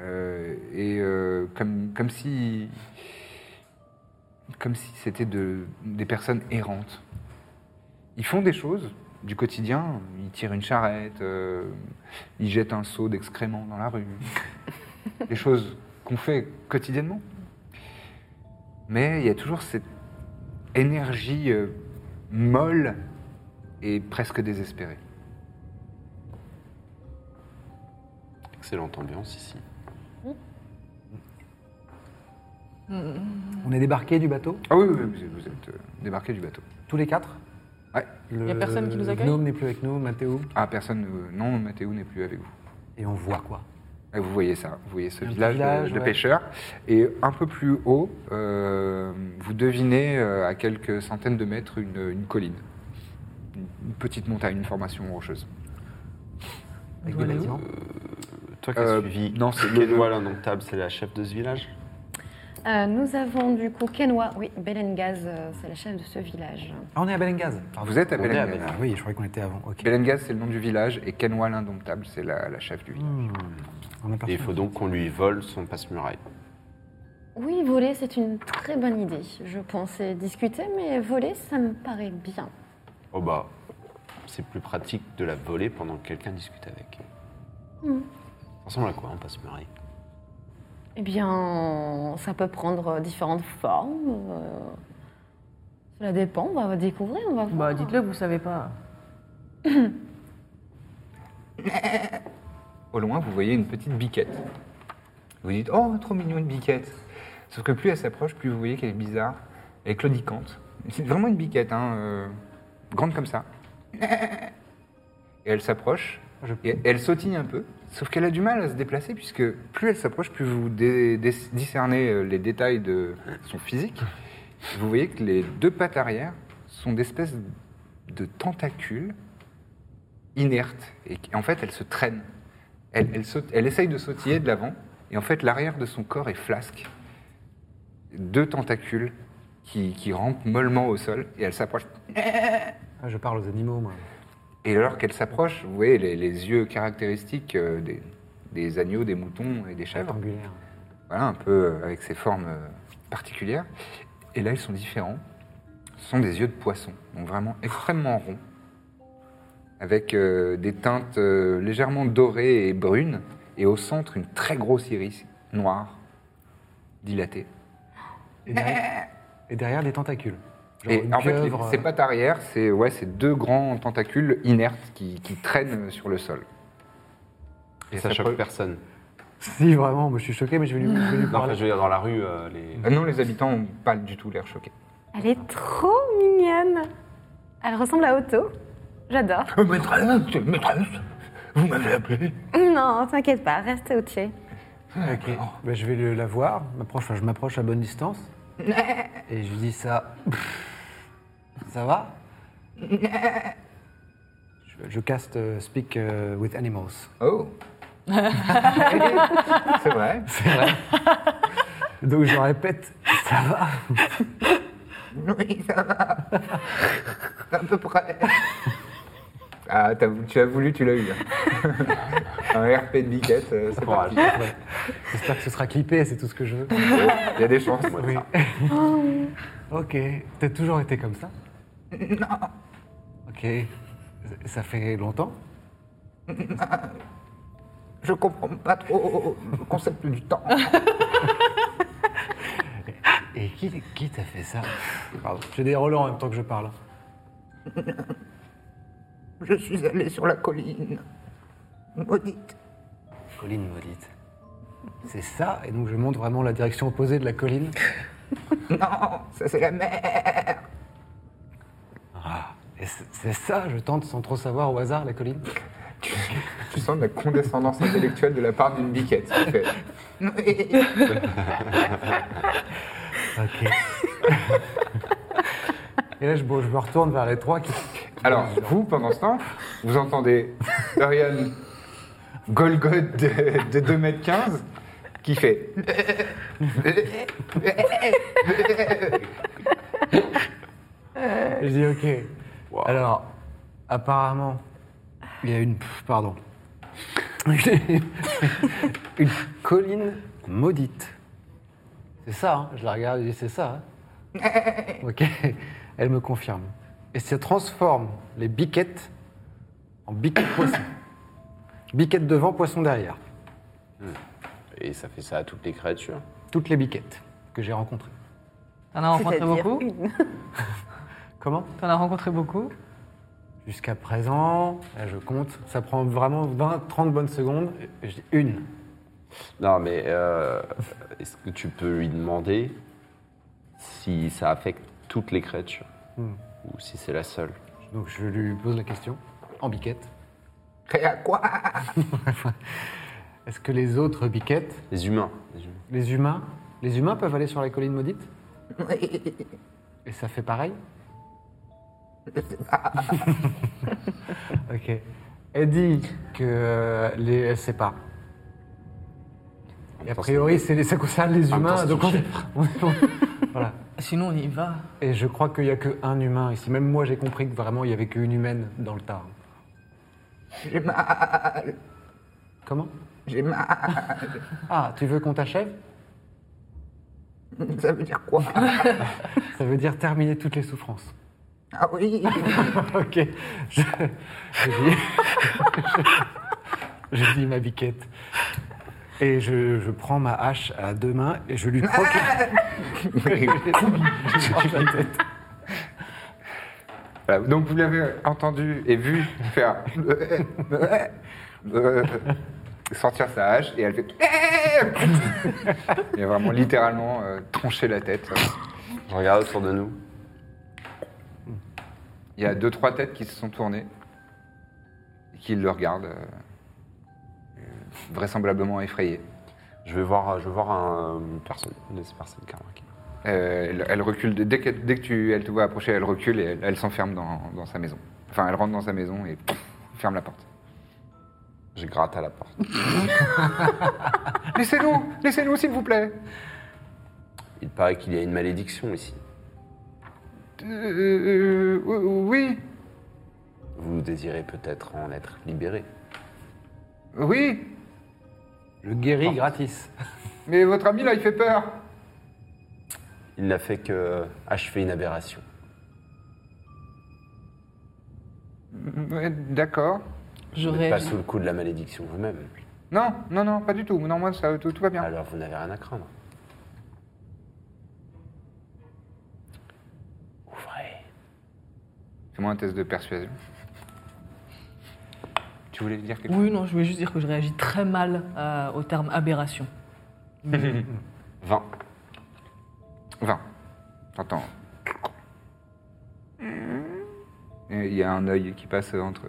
A: euh, et euh, comme, comme si comme si c'était de, des personnes errantes. Ils font des choses du quotidien, ils tirent une charrette, euh, ils jettent un seau d'excréments dans la
F: *laughs*
A: rue, des choses qu'on fait quotidiennement. Mais il y a toujours cette énergie euh, molle et presque désespérée.
B: Excellente ambiance ici.
F: On est débarqué du bateau,
A: Ah oui, oui, oui, vous êtes- vous êtes euh, débarqué du bateau.
F: tous les quatre.
A: Ouais.
F: Il
G: Y a personne qui nous accueille
F: Gnome n'est plus avec nous, Mathéo.
A: Ah, personne, euh, non, Mathéo n'est plus avec vous.
F: Et on voit quoi
A: Et vous voyez ça, vous voyez ce
F: Un petit
A: village, de-
F: village,
A: de,
F: ouais.
A: pêcheurs. Et un peu plus haut, euh, vous devinez euh, à quelques centaines de mètres une, une colline. Une une petite montagne, une formation rocheuse.
F: Avec des bâtiments
B: Toi qui as
A: Euh,
B: suivi.
A: non, c'est-
B: Kenwa, la non-table, c'est la chef de ce village.
E: Euh, nous avons du coup Kenwa, oui, Belengaz, euh, c'est la chef de ce village.
F: Ah, on est à Belengaz.
A: Vous êtes à
B: On est à
A: Belengaz.
F: Ah oui, je croyais qu'on était avant. Ok.
A: Belengaz, c'est le nom du village, et Kenwa l'Indomptable, c'est la, la chef du village.
F: On
B: Et il faut donc qu'on lui vole son passe-muraille.
E: Oui, voler, c'est une très bonne idée. Je pensais discuter, mais voler, ça me paraît bien.
B: Oh bah, c'est plus pratique de la voler pendant que quelqu'un discute avec. Ça ressemble à quoi un passe-muraille
E: Eh bien, ça peut prendre différentes formes. euh, Cela dépend, on va découvrir, on va voir.
G: Bah, dites-le, vous savez pas.
A: Au loin, vous voyez une petite biquette. Vous dites Oh, trop mignon une biquette Sauf que plus elle s'approche, plus vous voyez qu'elle est bizarre. Elle est claudicante. C'est vraiment une biquette, hein, euh, grande comme ça. Et elle s'approche,
F: Je-
A: et elle sautille un peu. Sauf qu'elle a du mal à se déplacer, puisque plus elle s'approche, plus vous dé- dé- discernez euh, les détails de son physique. Vous voyez que les deux pattes arrière sont d'espèces de tentacules inerte. Et qui- en fait, elle se traîne. Elle, elle saute- elle essaye de sautiller de l'avant. Et en fait, l'arrière de son corps est flasque. deux tentacules qui, qui rampent mollement au sol et elle s'approche.
F: Ah, je parle aux animaux, moi.
A: Et alors qu'elle s'approche, vous voyez les, les yeux caractéristiques euh, des, des agneaux, des moutons et des chèvres.
F: Rectangulaire.
A: Voilà, un peu euh, avec ses formes euh, particulières. Et là, ils sont différents. Ce sont des yeux de poisson, donc vraiment extrêmement ronds, avec euh, des teintes euh, légèrement dorées et brunes, et au centre, une très grosse iris noire, dilatée.
F: Et derrière, et derrière, des tentacules. Genre
A: Et
F: une
A: en fait, les-
F: pieuvre,
A: c'est
F: euh, *laughs*
A: pas arrière, c'est ouais, c'est deux grands tentacules inertes qui, qui traînent sur le sol.
B: Et ça
A: ça
B: choque
A: peut-
B: personne.
F: Si, vraiment, moi, je suis choqué, mais je vais lui, je vais lui
B: Non, enfin,
F: parler.
B: je veux dire, dans la rue, euh, les...
A: Ah Non, les habitants n'ont pas du tout l'air choqués.
E: Elle est trop mignonne. Elle ressemble à Otto. J'adore.
A: Euh, Maîtresse, maîtresse, vous m'avez appelé.
E: Non, t'inquiète pas, reste au pied.
F: Ok.
A: Oh.
F: Bah, je vais le- la voir, m'approche, enfin, je m'approche à bonne
A: *laughs*
F: distance. et je lui dis ça. Ça va je, je caste euh, Speak euh, with Animals.
A: Oh. c'est vrai.
F: Donc
A: *laughs*
F: je répète, ça va
A: Oui, ça va. à peu près. Ah, t'as vou- tu as voulu, tu l'as eu. hein. *laughs* Un RP de biquette, euh, c'est
B: Courage.
A: parti.
F: Ouais. J'espère que ce sera clippé, c'est tout ce que je veux.
A: Il y a des chances.
F: Oui. ok, t'as toujours été comme ça Non. Ok, ça fait longtemps
A: Je comprends pas trop le concept du temps.
F: Et qui, qui t'a fait ça Pardon, j'ai des relents en même temps que je parle.
A: Je suis allé sur la colline. Maudite.
F: Colline maudite. C'est ça, et donc je monte vraiment la direction opposée de la colline.
A: Non, ça c'est la mer.
F: Et c'est c'est ça, je tente sans trop savoir au hasard la colline.
A: Tu sens de la condescendance intellectuelle de la part d'une biquette. Tu fais, *laughs* Oui.
F: Ok. *laughs* et là, je, bon, je me retourne vers les trois qui.
A: Alors, vous, pendant ce temps, vous entendez Dorian Golgoth de, de 2m15 qui fait.
F: Et je dis ok.
B: Wow.
F: Alors, apparemment, il y a une. pff, Pardon. *laughs* une colline maudite. C'est ça, hein je la regarde et je dis c'est ça. hein ok, elle me confirme. Et ça transforme les biquettes en biquettes poisson. Biquettes devant, poisson derrière.
B: Et ça fait ça à toutes les créatures.
F: Toutes les biquettes que j'ai rencontrées.
G: T'en as rencontré
E: C'est-à-dire
G: beaucoup
E: une.
F: Comment
G: T'en as rencontré beaucoup
F: Jusqu'à présent, là je compte, ça prend vraiment 20-30 bonnes secondes. et Je dis une.
B: Non, mais euh, est-ce que tu peux lui demander si ça affecte toutes les créatures Ou si c'est la seule
F: Donc je lui pose la question, en biquette.
A: Et à quoi
F: Est-ce que les autres biquettes,
B: Les humains. les humains.
F: les humains, les humains peuvent aller sur la colline maudite
A: Oui.
F: Et ça fait pareil Ok. Elle dit que euh, les, elle sait pas. Et a
B: Attends,
F: priori, c'est les, ça concerne les
B: En même temps,
F: humains.
B: c'est
F: Donc
B: une
F: on, *laughs* on- voilà.
G: Sinon, on y va.
F: Et je crois qu'il n'y a qu'un humain ici. Même moi, j'ai compris que vraiment, il n'y avait qu'une humaine dans le tas.
A: J'ai ah, mal.
F: Comment
A: J'ai ah, mal.
F: Ah, tu veux qu'on t'achève
A: Ça veut dire quoi
F: Ça veut dire terminer toutes les souffrances.
A: Ah oui.
F: *laughs* ok. Je, je dis, *laughs* je, je dis ma biquette. Et je, je prends ma hache à deux mains et je
A: *laughs*
F: lui troque. Je lui troque la tête.
A: Voilà, Donc vous l'avez entendu et vu faire euh, sortir sa hache et elle fait. Il a vraiment littéralement euh, tranché la tête.
B: Je regarde autour de nous.
A: Il y a deux, trois têtes qui se sont tournées et qui le regardent, euh, euh, vraisemblablement effrayées.
B: Je vais voir, je vais voir un, une personne. Une des personnes qui a remarqué.
A: Euh, elle, elle recule, de- dès, que, dès que tu, elle te voit approcher, elle recule et elle, elle s'enferme dans, dans sa maison. Enfin, elle rentre dans sa maison et pff, ferme la porte.
B: Je gratte à la porte.
A: Laissez-nous Laissez-nous, s'il vous plaît
B: Il paraît qu'il y a une malédiction ici.
A: Euh, euh, oui,
B: Vous désirez peut-être en être libéré.
A: oui,
F: Je guéris gratis.
A: mais votre ami là, il fait peur.
B: Il n'a fait que achever une aberration.
A: Ouais, D'accord.
G: Je
B: Vous n'êtes pas
G: réagis.
B: sous le coup de la malédiction vous-même.
A: Non, non, non, pas du tout. Non, moi, ça, tout, tout va bien.
B: Alors vous n'avez rien à craindre. Ouvrez.
A: Fais-moi un test de persuasion. Tu voulais dire quelque chose
G: Oui, non, je voulais juste dire que je réagis très mal euh, au terme aberration.
B: 20.
A: 20. T'entends. Et Il y a un œil qui passe entre.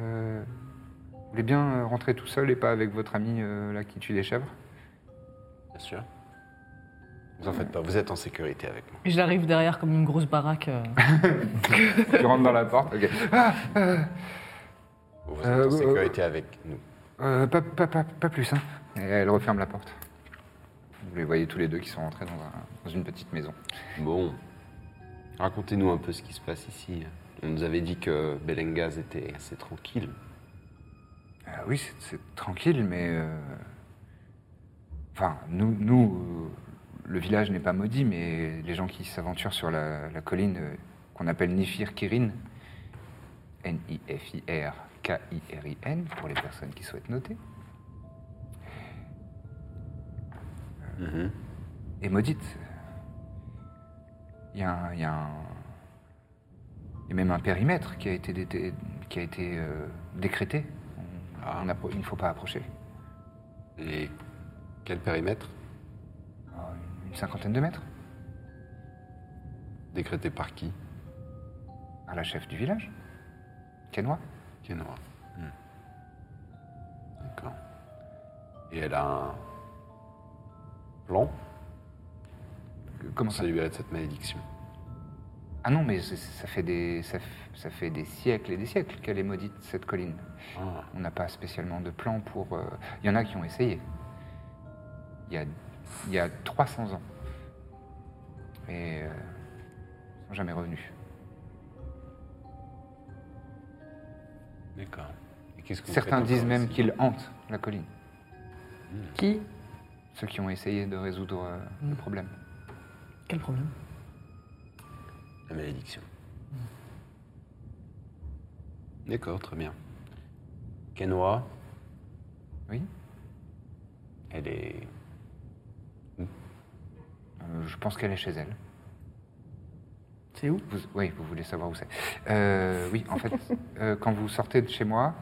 A: Euh, vous voulez bien euh, rentrer tout seul et pas avec votre ami euh, là qui tue des chèvres
B: Bien sûr. Vous en faites pas, vous êtes en sécurité avec moi.
G: Et je l'arrive derrière comme une grosse baraque. *laughs* euh.
A: Tu rentres dans la porte. ok. Ah, euh,
B: Vous êtes
A: Euh,
B: en
A: euh,
B: sécurité avec nous.
A: euh, pas, pas- pas- pas plus, hein. Et elle referme la porte. Vous les voyez tous les deux qui sont rentrés dans, un- dans une petite maison.
B: Bon. Racontez-nous un peu ce qui se passe ici. On nous avait dit que Belengaz était assez tranquille.
A: Euh, oui, c'est- c'est tranquille, mais. euh, Enfin, nous, nous euh, le village n'est pas maudit, mais les gens qui s'aventurent sur la, la colline euh, qu'on appelle Nifir Kirin, N-I-F-I-R-K-I-R-I-N, pour les personnes qui souhaitent noter,
B: Mhm.
A: est maudite. Il y a, un- il y a un- il y a même un périmètre qui a été, dété- qui a été euh, décrété. On-
B: Ah.
A: on appro- il ne faut pas approcher.
B: Et quel périmètre
A: Ah, Une cinquantaine de mètres
B: Décrété par qui
A: à la chef du village, Kenwa.
B: Kenora. D'accord. Et elle a un plan
A: Comment
B: pour
A: ça
B: se libérer de cette malédiction.
A: Ah non, mais c'est- ça fait, des, ça, f- ça fait des siècles et des siècles qu'elle est maudite, cette colline.
B: Ah,
A: On n'a pas spécialement de plan pour... euh, Il y en a qui ont essayé. Il y a, il y a 300 ans. Mais euh, ils sont jamais revenus.
B: d'accord. Et qu'est-ce que vous
A: Certains
B: faites
A: disent
B: encore
A: même
B: ici
A: qu'ils hantent la colline.
G: Qui
A: Ceux qui ont essayé de résoudre euh, le problème.
G: Quel problème
B: La malédiction. D'accord, très bien. Kenora,
A: Oui
B: elle est...
A: Euh, Je pense qu'elle est chez elle.
G: C'est où
A: Vous- oui, vous voulez savoir où c'est. Euh, oui,
G: *laughs*
A: en fait, euh, quand vous sortez de chez moi,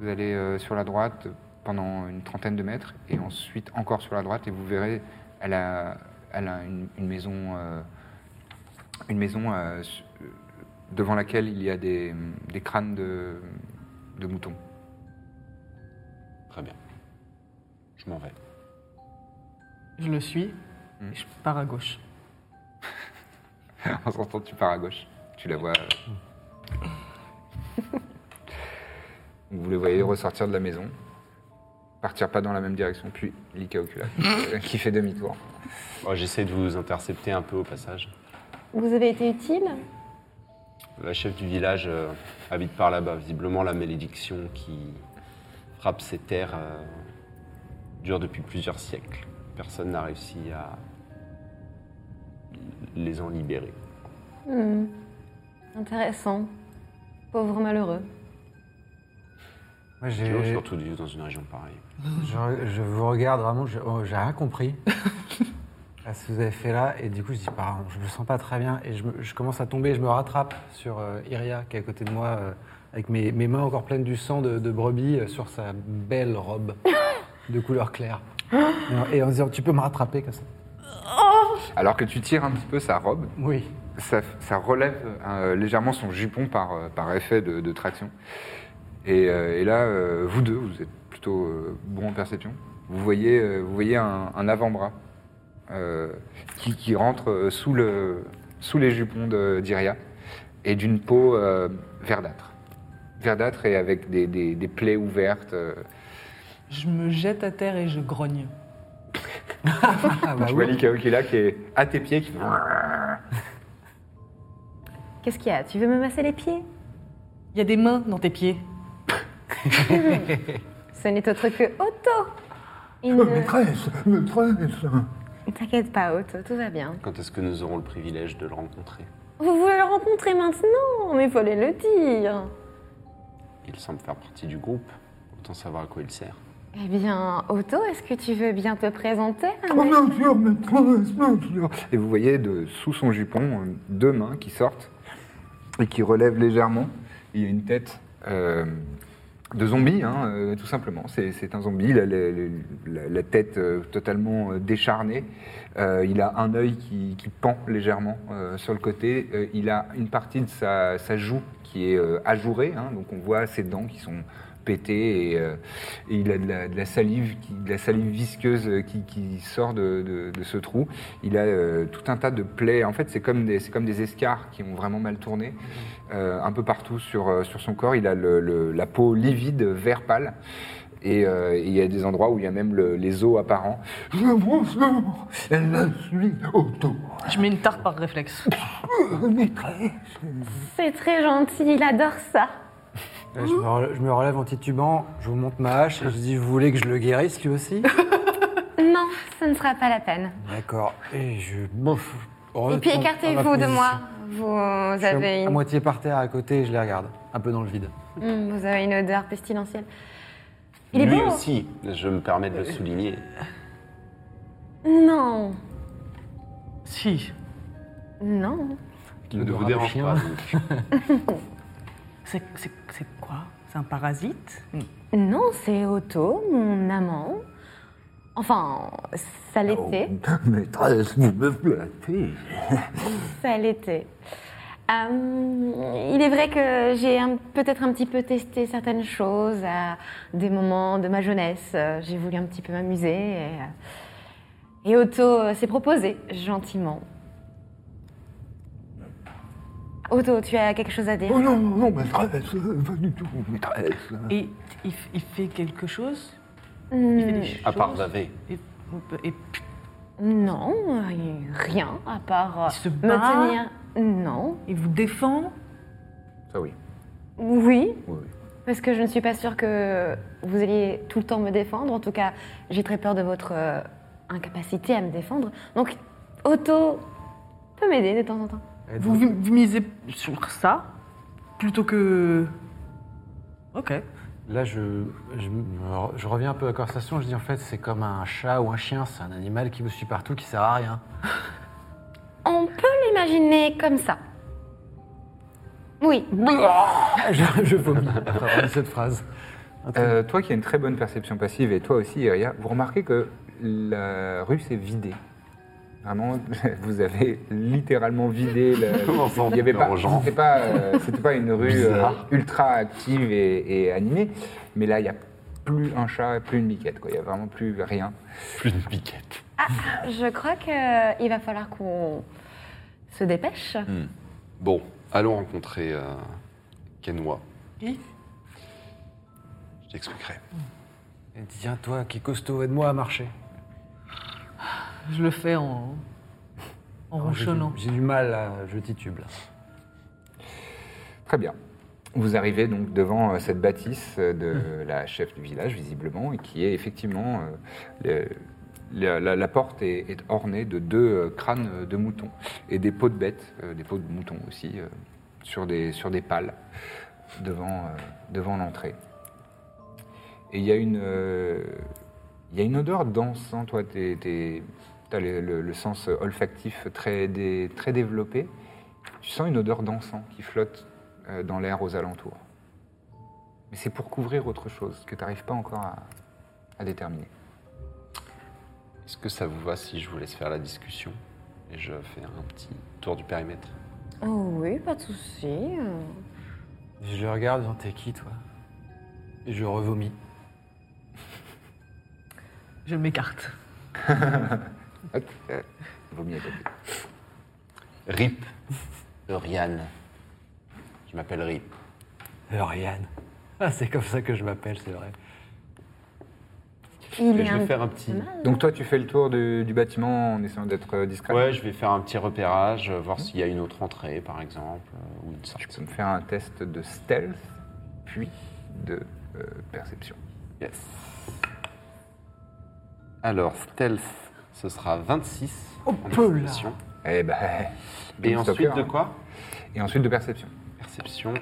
A: vous allez euh, sur la droite pendant une trentaine de mètres et ensuite encore sur la droite et vous verrez, elle a, elle a une, une maison, euh, une maison euh, su- euh, devant laquelle il y a des, des crânes de, de moutons.
B: Très bien. Je m'en vais.
G: Je le suis
A: Hmm.
G: et je pars à gauche.
A: *laughs* En sortant, tu pars à gauche. Tu la vois. euh. Vous les voyez ressortir de la maison, partir pas dans la même direction, puis Lika Ocula, euh, qui fait demi-tour.
B: Oh, J'essaie de vous intercepter un peu au passage.
E: Vous avez été utile
B: La chef du village euh, habite par là-bas. Visiblement, la malédiction qui frappe ces terres euh, dure depuis plusieurs siècles. Personne n'a réussi à les en libérer.
E: Hmm. Intéressant. Pauvre malheureux.
F: Moi,
B: Tu vois,
F: j'ai-
B: surtout de vivre dans une région pareille.
F: je, je vous regarde vraiment, je- oh, j'ai rien
E: *laughs*
F: compris à ce que vous avez fait là. Et du coup, je dis, pardon, je me sens pas très bien. Et je, me- je commence à tomber, je me rattrape sur euh, Iria qui est à côté de moi, euh, avec mes, mes mains encore pleines du sang de, de brebis euh, sur sa belle robe de couleur
E: *gasps*
F: claire. Et en- Et en disant, tu peux me rattraper comme ça
A: Alors que tu tires un petit peu sa robe,
F: Oui.
A: ça, ça relève euh, légèrement son jupon par, euh, par effet de, de traction. Et, euh, et là, euh, vous deux, vous êtes plutôt euh, bons en perception. Vous voyez, euh, vous voyez un, un avant-bras euh, qui, qui rentre euh, sous, le, sous les jupons de- d'Iria et d'une peau euh, verdâtre. Verdâtre et avec des, des- des plaies ouvertes. euh.
G: Je me jette à terre et je grogne.
F: Ah, bah
A: tu vois
F: oui.
A: Likao qui est là, qui est à tes pieds, qui...
E: Qu'est-ce qu'il y a Tu veux me masser les pieds
G: Il y a des mains dans tes pieds.
E: Ce n'est autre que Otto. Il
A: Oh,
E: ne-
A: Maîtresse, maîtresse.
E: T'inquiète pas, Otto, tout va bien.
B: Quand est-ce que nous aurons le privilège de le rencontrer
E: Vous voulez le rencontrer maintenant, mais fallait le dire.
B: Il semble faire partie du groupe. Autant savoir à quoi il sert.
E: Eh bien, Otto, est-ce que tu veux bien te présenter à
A: Oh,
E: moi
A: bien sûr, maîtresse, bien sûr. Et vous voyez de sous son jupon euh, deux mains qui sortent et qui relèvent légèrement. Il y a une tête euh, de zombie, hein, euh, tout simplement. C'est c'est un zombie, la, la- la- la tête euh, totalement euh, décharnée. Euh, il a un œil qui, qui pend légèrement euh, sur le côté. Euh, il a une partie de sa, sa joue qui est euh, ajourée, hein, donc on voit ses dents qui sont pétées et, euh, et il a de la, de la salive, qui- de la salive visqueuse euh, qui, qui sort de, de- de ce trou. Il a euh, tout un tas de plaies. En fait, c'est comme des, c'est comme des escarres qui ont vraiment mal tourné euh, un peu partout sur, euh, sur son corps. Il a le- le- la peau livide, vert pâle. Et euh, il y a des endroits où il y a même le- les os apparents. Bonjour, je suis Otto,
G: Je mets une tarte par réflexe.
A: maîtresse.
E: C'est très gentil, il adore ça.
F: Là, je, me relève, je me relève en titubant, je vous montre ma hache et je dis Vous voulez que je le guérisse lui
E: *laughs*
F: aussi
E: Non, ce ne sera pas la peine.
F: D'accord. Et je. bof.
E: Et puis
F: Retourne dans la
E: écartez-vous de
F: position.
E: moi. Vous
F: Je suis
E: avez
F: à, à
E: une,
F: moitié par terre à côté et je les regarde, un peu dans le vide.
E: Hmm, vous avez une odeur pestilentielle. Il est
B: Lui
E: beau
B: aussi, je me permets de le souligner.
E: Non,
G: *laughs* Si.
E: non.
B: Il ne
F: L'odorat
B: vous
F: de
B: dérange
F: chien.
B: pas. donc.
G: C'est c'est- c'est quoi C'est un parasite
E: Non, c'est Otto, mon amant. Enfin, ça
F: Oh,
E: l'était.
A: Maîtresse, vous me flattez.
E: Ça l'était. Euh, il est vrai que j'ai un- peut-être un petit peu testé certaines choses à des moments de ma jeunesse. Euh, J'ai voulu un petit peu m'amuser. Et, euh, et Otto euh, s'est proposé, gentiment. Otto, tu as quelque chose à dire
A: Oh non, non, non, maîtresse, pas du tout, maîtresse.
G: Et il, f- il fait quelque chose
E: Hmm,
G: Il fait des choses
B: À part Davé.
G: Et, et-
E: Non, euh, rien, à part euh,
G: Il se
E: me
G: bat
E: tenir. Non.
G: il vous défend
A: Ça Ah oui.
E: Oui,
A: oui, oui.
E: Parce que je ne suis pas sûre que vous alliez tout le temps me défendre. En tout cas, j'ai très peur de votre euh, incapacité à me défendre. Donc, Otto peut m'aider de temps en temps.
F: Et
G: vous,
F: donc,
G: vous misez sur ça plutôt que. Ok.
F: Là, je, je, me re- je reviens un peu à la conversation, je dis en fait, c'est comme un chat ou un chien, c'est un animal qui vous suit partout, qui sert à rien.
E: On peut l'imaginer comme ça. Oui.
F: *laughs* je, je *laughs* vomis après avoir dit cette phrase.
A: Euh, toi qui as une très bonne perception passive et toi aussi, Iria, vous remarquez que la rue s'est vidée. Vraiment, *laughs* vous avez littéralement vidé. La...
B: *laughs* Comment ça, on
A: Il y avait
B: fait
A: pas.
B: aux gens
A: C'était pas, euh, c'était pas une rue euh,
B: Bizarre.
A: ultra active et, et animée, mais là, il n'y a plus un chat, plus une biquette. quoi. Il n'y a vraiment plus rien.
B: Plus de piquette.
E: Je crois qu'il va falloir qu'on se dépêche.
B: Bon, allons rencontrer euh, Kenwa.
G: Oui.
B: Je t'expliquerai.
F: Et tiens, toi qui est costaud, aide-moi à marcher.
G: Je le fais en. en
F: Alors, j'ai du-
G: ronchonnant.
F: J'ai du mal, là, je titube là.
A: Très bien. Vous arrivez donc devant euh, cette bâtisse euh, de la chef du village, visiblement, et qui est effectivement. euh, le- la, la- la porte est, est ornée de deux euh, crânes euh, de moutons et des peaux de bêtes, euh, des peaux de moutons aussi, euh, sur, des, sur des pales devant, euh, devant l'entrée. Et il y a une. euh, il y a une odeur dense, hein, toi, tu as le, le- le sens olfactif très, dé- très développé. Tu sens une odeur d'encens qui flotte euh, dans l'air aux alentours. Mais c'est pour couvrir autre chose que tu n'arrives pas encore à, à déterminer.
B: Est-ce que ça vous va si je vous laisse faire la discussion et je fais un petit tour du périmètre
E: Oh oui, pas de souci. Euh,
F: Je le regarde, en t'es qui toi Et je revomis.
G: Je m'écarte.
A: Hop, euh, vaut mieux éviter.
B: Rip Euriane. Je m'appelle Rip.
F: Euh, Euriane. Ah, c'est comme ça que je m'appelle, c'est vrai.
D: Il
B: Et je vais
D: un
B: faire un petit.
A: Donc toi, tu fais le tour du, du bâtiment en essayant d'être euh, discret.
B: Ouais, je vais faire un petit repérage, euh, voir s'il y a une autre entrée, par exemple, euh, ou une
A: Tu
B: sortie.
A: peux me faire un test de stealth, puis de euh, perception.
B: Yes. Alors, stealth, ce sera 26.
F: Oh,
B: en
F: peu, là.
B: perception.
A: Eh ben,
B: Et
A: donc,
B: ensuite
A: stalker,
B: de
A: hein.
B: quoi
A: Et ensuite de perception.
B: Perception.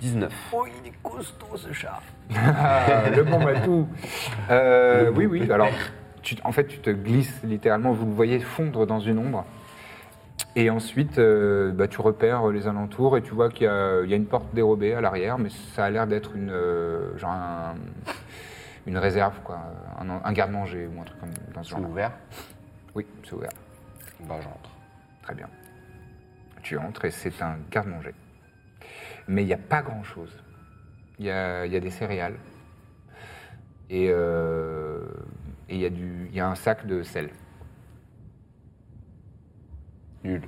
B: 19.
F: Oh, il est costaud ce chat.
A: Ah, le bon matou. Euh,
B: Le bon
A: oui, oui.
B: pépère.
A: Alors, tu- en fait, tu te glisses littéralement. Vous le voyez fondre dans une ombre. Et ensuite, euh, bah, tu repères les alentours et tu vois qu'il y, a- il y a une porte dérobée à l'arrière, mais ça a l'air d'être une euh, genre un- une réserve, quoi, un, un garde-manger ou un truc comme dans ce
B: C'est
A: genre.
B: ouvert
A: Oui, c'est ouvert.
B: Bah, j'entre.
A: Très bien. Tu entres et c'est un garde-manger. Mais il n'y a pas grand-chose. Il y a, il y a des céréales. Et euh, et il y, a du- il y a un sac de sel.
B: Nul.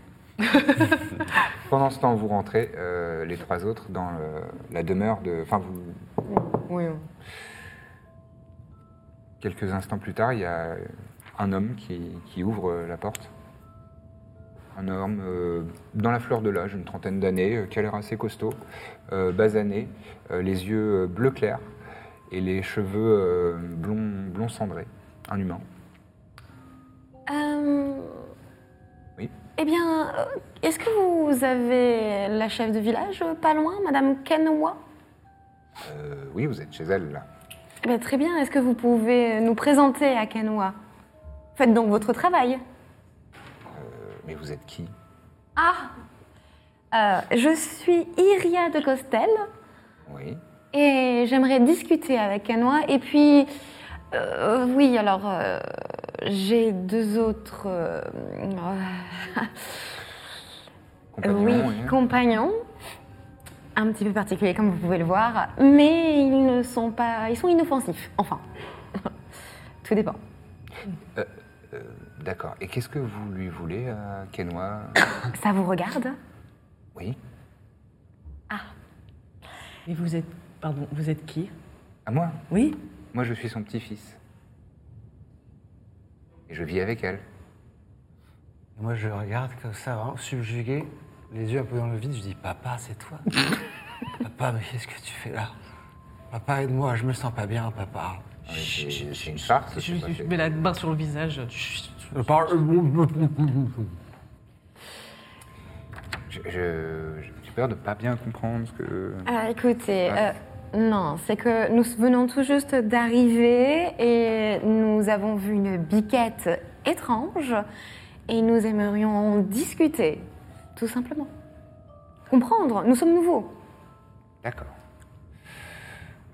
A: Pendant ce temps, vous rentrez, euh, les trois autres, dans le- la demeure de... Enfin, vous...
E: Oui.
A: Quelques instants plus tard, il y a un homme qui, qui ouvre euh, la porte. Un homme euh, dans la fleur de l'âge, une trentaine d'années, euh, qui a l'air assez costaud, euh, basané, euh, les yeux euh, bleu clair et les cheveux euh, blond, blond cendré. Un humain.
E: Euh,
A: Oui.
E: Eh bien, euh, est-ce que vous avez la chef de village euh, pas loin, Madame Kenowa
A: Euh, oui, vous êtes chez elle, là.
E: Eh bien, très bien. Est-ce que vous pouvez euh, nous présenter à Kenowa Faites donc votre travail.
A: Euh, Mais vous êtes qui
E: Ah Euh, Je suis Iria de Costel
A: Oui.
E: et j'aimerais discuter avec Kenowa. Et puis, euh, oui, alors, euh, j'ai deux autres. euh,
A: Compagnon,
E: oui,
A: hein
E: compagnons. Un petit peu particuliers, comme vous pouvez le voir, mais ils ne sont pas, ils sont inoffensifs. Enfin, *laughs* tout dépend.
A: D'accord. Et qu'est-ce que vous lui voulez, à Kenwa
E: Ça vous regarde
A: Oui.
H: Et vous êtes. Pardon, vous êtes qui
A: À moi
H: Oui
A: Moi, je suis son petit-fils. Et je vis avec elle.
F: Et moi, je regarde comme ça, vraiment subjugué, les yeux un peu dans le vide. Je dis Papa, c'est toi Papa, mais qu'est-ce que tu fais là Papa, aide-moi, je me sens pas bien, papa.
A: Ouais, C'est c'est une farce.
G: Je,
A: c'est pas
G: je- je
A: fait.
G: mets la main sur le visage. Chut.
F: Euh,
A: Je- je- je- J'ai peur de pas bien comprendre ce que.
E: Euh, écoutez,
A: Ouais.
E: euh, non, c'est que nous venons tout juste d'arriver et nous avons vu une biquette étrange et nous aimerions en discuter, tout simplement. Comprendre, nous sommes nouveaux.
A: D'accord.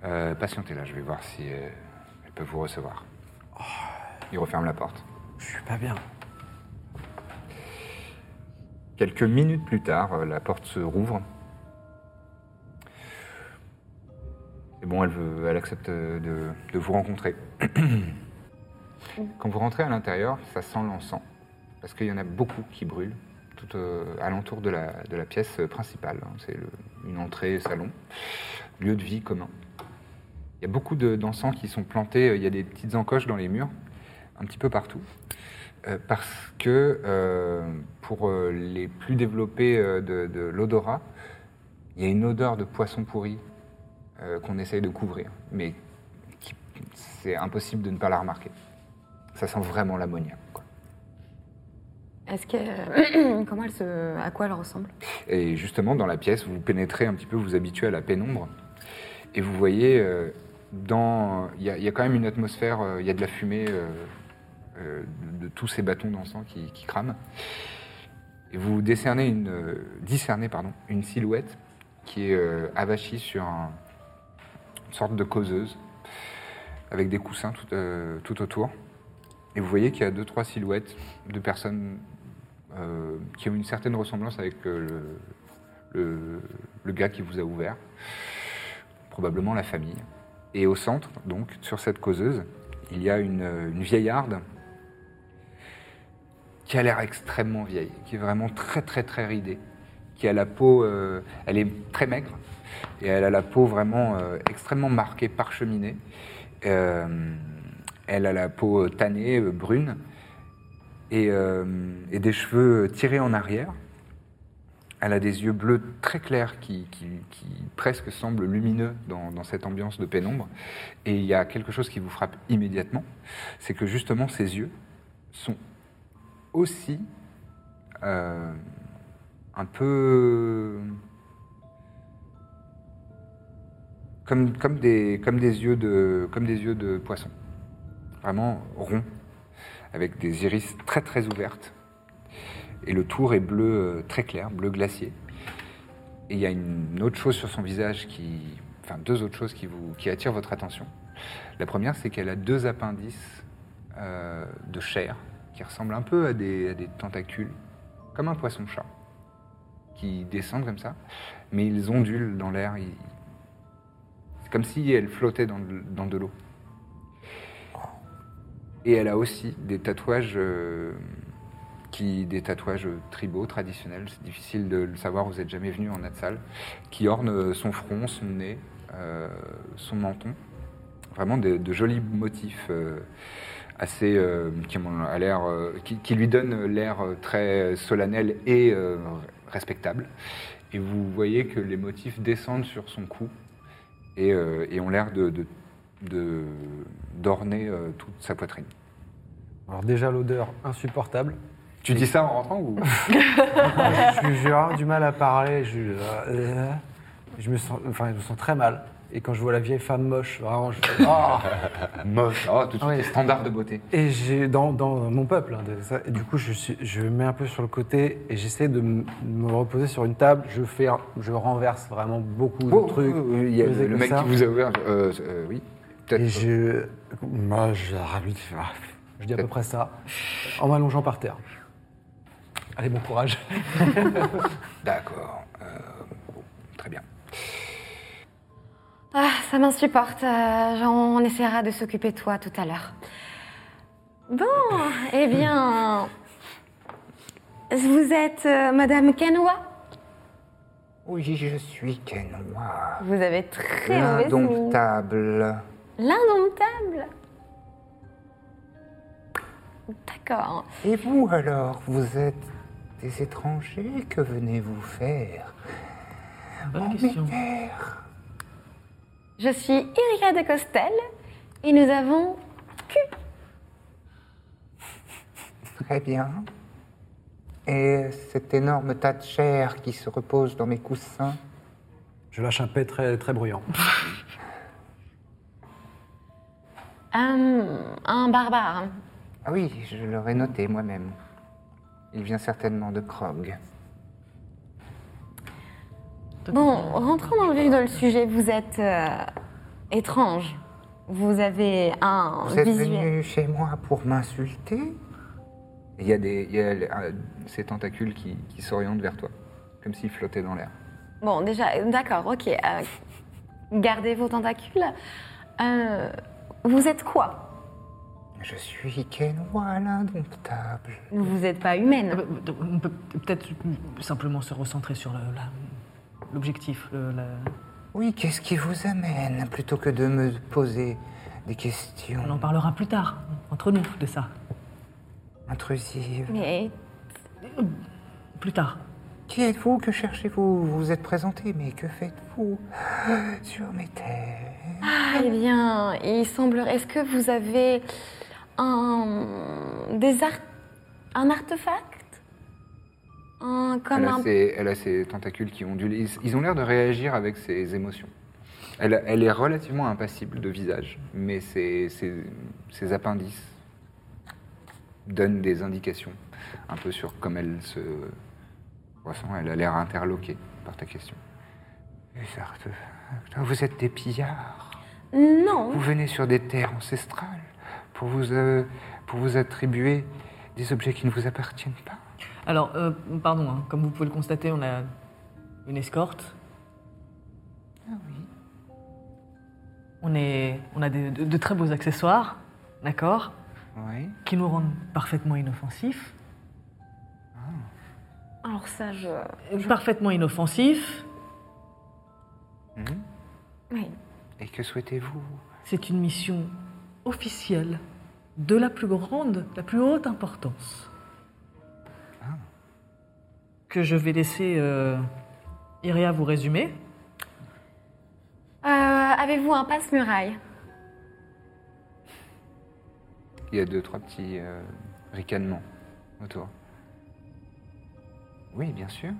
A: Euh, patientez là, je vais voir si euh, elle peut vous recevoir. Il referme la porte.
F: Je suis pas bien.
A: Quelques minutes plus tard, euh, la porte se rouvre. Et bon, elle, veut, elle accepte euh, de, de vous rencontrer. Quand vous rentrez à l'intérieur, ça sent l'encens. Parce qu'il y en a beaucoup qui brûlent tout euh, alentour de la, de la pièce euh, principale. hein. C'est le- une entrée, salon, lieu de vie commun. Il y a beaucoup de- d'encens qui sont plantés. euh, Il y a des petites encoches dans les murs, un petit peu partout. Euh, parce que euh, pour euh, les plus développés euh, de, de l'odorat, il y a une odeur de poisson pourri euh, qu'on essaye de couvrir, mais qui- c'est impossible de ne pas la remarquer. Ça sent vraiment l'ammoniaque. quoi.
E: Est-ce que *clears throat* comment elle se, à quoi elle ressemble
A: Et justement, dans la pièce, vous pénétrez un petit peu, vous vous habituez à la pénombre, et vous voyez, euh, dans, il y, a- il y a quand même une atmosphère, euh, il y a de la fumée euh, euh, de, de tous ces bâtons d'encens qui, qui crament. Et vous décernez une, euh, discernez pardon, une silhouette qui est euh, avachie sur un- une sorte de causeuse, avec des coussins tout, euh, tout autour. Et vous voyez qu'il y a deux, trois silhouettes de personnes euh, qui ont une certaine ressemblance avec euh, le, le- le gars qui vous a ouvert, probablement la famille. Et au centre, donc, sur cette causeuse, il y a une, euh, une vieillarde qui a l'air extrêmement vieille, qui est vraiment très très très ridée, qui a la peau, euh, elle est très maigre, et elle a la peau vraiment euh, extrêmement marquée, parcheminée, Euh, elle a la peau tannée, euh, brune, et, euh, et des cheveux tirés en arrière. Elle a des yeux bleus très clairs qui, qui- qui presque semblent lumineux dans, dans cette ambiance de pénombre. Et il y a quelque chose qui vous frappe immédiatement, c'est que justement ses yeux sont aussi euh, un peu comme, comme, des, comme, des yeux de, comme des yeux de poisson, vraiment ronds, avec des iris très très ouvertes. Et le tour est bleu euh, très clair, bleu glacier. Et il y a une autre chose sur son visage qui. Enfin, deux autres choses qui, vous, qui attirent votre attention. La première, c'est qu'elle a deux appendices euh, de chair qui ressemblent un peu à des, à des tentacules, comme un poisson-chat, qui descendent comme ça, mais ils ondulent dans l'air. ils- C'est comme si elle flottait dans de, dans de l'eau. Et elle a aussi des tatouages, euh, qui, des tatouages tribaux, traditionnels, c'est difficile de le savoir, vous n'êtes jamais venu en Natsal, qui ornent son front, son nez, euh, son menton. Vraiment de, de jolis motifs euh, assez, euh, qui, m'ont- a l'air, euh, qui, qui lui donnent l'air euh, très solennel et euh, respectable. Et vous voyez que les motifs descendent sur son cou et, euh, et ont l'air de, de- de- d'orner euh, toute sa poitrine.
F: Alors déjà l'odeur insupportable.
A: Tu dis ça en rentrant *laughs* ou
F: je suis- j'ai vraiment du mal à parler. Je, euh, je me sens, enfin, je me sens très mal. Et quand je vois la vieille femme moche, vraiment, je, Ah
A: Moche. Oh, tout de suite,
F: Ouais.
A: les standards de beauté.
F: Et j'ai dans, dans mon peuple, hein, de ça. Et du coup, je, suis- je me mets un peu sur le côté et j'essaie de m- me reposer sur une table. Je fais, un- je renverse vraiment beaucoup
A: Oh,
F: de trucs.
A: oui, oui, il y a
F: des
A: le,
F: trucs
A: le
F: comme
A: mec
F: ça.
A: qui vous a ouvert. euh, euh, oui. Peut-être.
F: Et je, moi, je, ah, oui, ah, je dis à peu près ça en m'allongeant par terre. Allez, bon courage.
A: D'accord. Euh, bon, très bien.
E: Ah, ça m'insupporte. Euh, on essaiera de s'occuper de toi tout à l'heure. Bon, eh bien. Vous êtes euh, Madame Kenoa
A: Oui, je suis Kenoa.
E: Vous avez très mauvaise mine.
A: L'indomptable.
E: L'indomptable D'accord.
A: Et vous alors, vous êtes des étrangers, que venez-vous faire
H: Ah,
G: Bonne question.
E: Je suis Erika de Costel et nous avons
A: Très bien. Et cet énorme tas de chair qui se repose dans mes coussins
F: Je lâche un pet très, très bruyant.
E: euh, un barbare.
A: Ah oui, je l'aurais noté moi-même. Il vient certainement de Krog.
E: Bon, rentrons dans le vif dans le sujet. Vous êtes euh, étrange. Vous avez un
A: Vous êtes
E: visuel.
A: venu chez moi pour m'insulter Il y a, des, il y a euh, ces tentacules qui, qui s'orientent vers toi, comme s'ils flottaient dans l'air.
E: Bon, déjà, euh, d'accord, ok. euh, gardez vos tentacules. Euh, vous êtes quoi
A: Je suis Kenwa l'indomptable.
E: Vous n'êtes pas humaine.
G: Ah, bah, On peut peut-être simplement se recentrer sur le- la- l'objectif. le- la-
A: Oui, qu'est-ce qui vous amène plutôt que de me poser des questions
G: On en parlera plus tard, entre nous, de ça.
A: intrusives
E: Mais
G: Plus tard.
A: Qui êtes-vous Que cherchez-vous Vous vous êtes présenté, mais que faites-vous sur mes terres
E: Eh bien, il semblerait. Est-ce que vous avez un des ar- un artefact, un comme
A: Elle a,
E: un
A: ses, elle a ses tentacules qui ondulent. Ils, ils ont l'air de réagir avec ses émotions. Elle, elle est relativement impassible de visage, mais ses, ses- ses appendices donnent des indications un peu sur comment elle se ressent. Elle a l'air interloquée par ta question. Les artefacts. Vous êtes des pillards.
E: non.
A: Vous venez sur des terres ancestrales pour vous, euh, pour vous attribuer des objets qui ne vous appartiennent pas.
G: Alors, euh, pardon, hein, comme vous pouvez le constater, on a une escorte. On, est, on a des- de, de très beaux accessoires, d'accord,
A: Oui.
G: qui nous rendent parfaitement inoffensifs.
E: Alors ça, je.
G: Parfaitement inoffensifs.
A: Mhm.
E: Oui.
A: Et que souhaitez-vous
H: C'est une mission officielle de la plus grande, la plus haute importance.
G: Ah. Que je vais laisser euh, Iria vous résumer.
E: Euh, Avez-vous un passe-muraille
A: Il y a deux, trois petits euh, ricanements autour. Oui, bien sûr.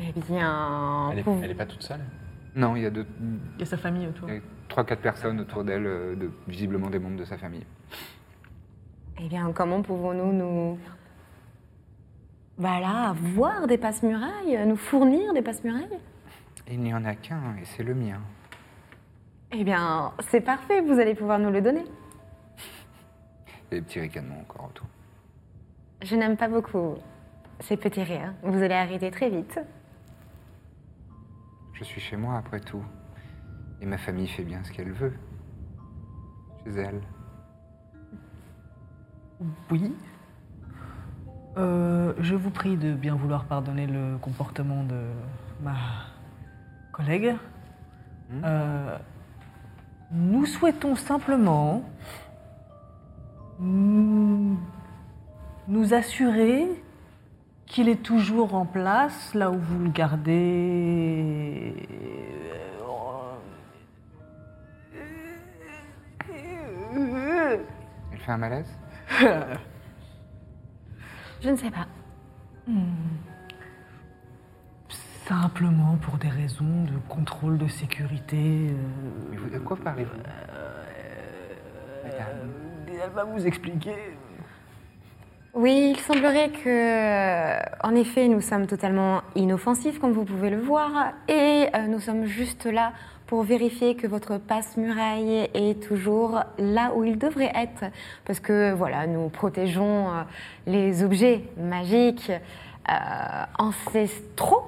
E: Eh bien,
B: Elle est,
E: vous-
B: elle est pas toute seule
A: Non, il y a deux,
G: Il y a sa famille autour.
A: il y a trois, quatre personnes autour d'elle, euh, de- visiblement des membres de sa famille.
E: eh bien, comment pouvons-nous nous voilà, voir des passe-murailles, nous fournir des passe-murailles
A: Il n'y en a qu'un, et c'est le mien.
E: Eh bien, c'est parfait, vous allez pouvoir nous le donner.
A: Il y a des petits ricanements encore autour.
E: Je n'aime pas beaucoup ces petits rires. Vous allez arrêter très vite.
A: Je suis chez moi, après tout. Et ma famille fait bien ce qu'elle veut. Chez elle.
G: Oui. Euh, je vous prie de bien vouloir pardonner le comportement de ma collègue. Euh, nous souhaitons simplement nous nous assurer qu'il est toujours en place là où vous le gardez. euh,
A: Elle fait un malaise
E: Je ne sais pas.
G: Simplement pour des raisons de contrôle de sécurité. euh,
A: Mais vous, de quoi parlez-vous Madame,
G: euh, Elle va vous expliquer.
E: Oui, il semblerait que, euh, en effet, nous sommes totalement inoffensifs, comme vous pouvez le voir, et euh, nous sommes juste là pour vérifier que votre passe-muraille est toujours là où il devrait être, parce que voilà, nous protégeons euh, les objets magiques, euh, ancestraux.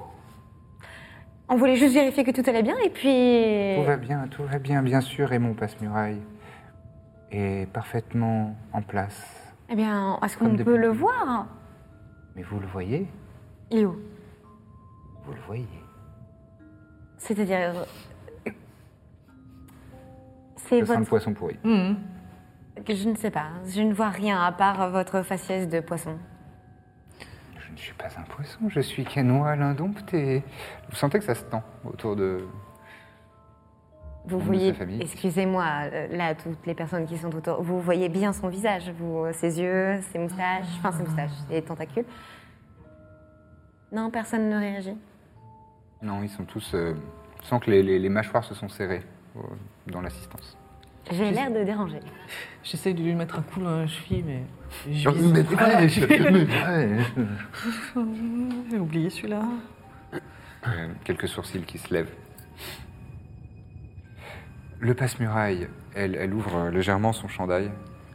E: On voulait juste vérifier que tout allait bien, et
A: Tout
E: puis
A: va bien, tout va bien, bien sûr, et mon passe-muraille est parfaitement en place.
E: Eh bien, est-ce
A: Comme
E: qu'on
A: des
E: peut le
A: petits.
E: voir
A: Mais vous le voyez
E: Il est où
A: Vous le voyez
E: C'est-à-dire. C'est
A: Le sein de
E: votre.
A: poisson pourri.
E: Je ne sais pas. hein. Je ne vois rien à part votre faciès de poisson.
A: Je ne suis pas un poisson, je suis canois l'indompté. Vous sentez que ça se tend autour de...
E: Vous
A: Membre de
E: voyez.
A: sa famille.
E: Excusez-moi, euh, là, toutes les personnes qui sont autour. Vous voyez bien son visage, vous, euh, ses yeux, ses moustaches. Enfin, ses moustaches, ses tentacules. Non, personne ne réagit.
A: Non, ils sont tous... euh, on sent que les, les- les mâchoires se sont serrées euh, dans l'assistance.
E: J'ai l'air de déranger.
G: J'essaie de lui mettre un coup dans la cheville, mais.
A: Mais
G: je vise. Voilà, je-
A: ouais.
G: *laughs* J'ai oublié celui-là.
A: Euh, quelques sourcils qui se lèvent. Le passe-muraille, elle, elle ouvre légèrement son chandail.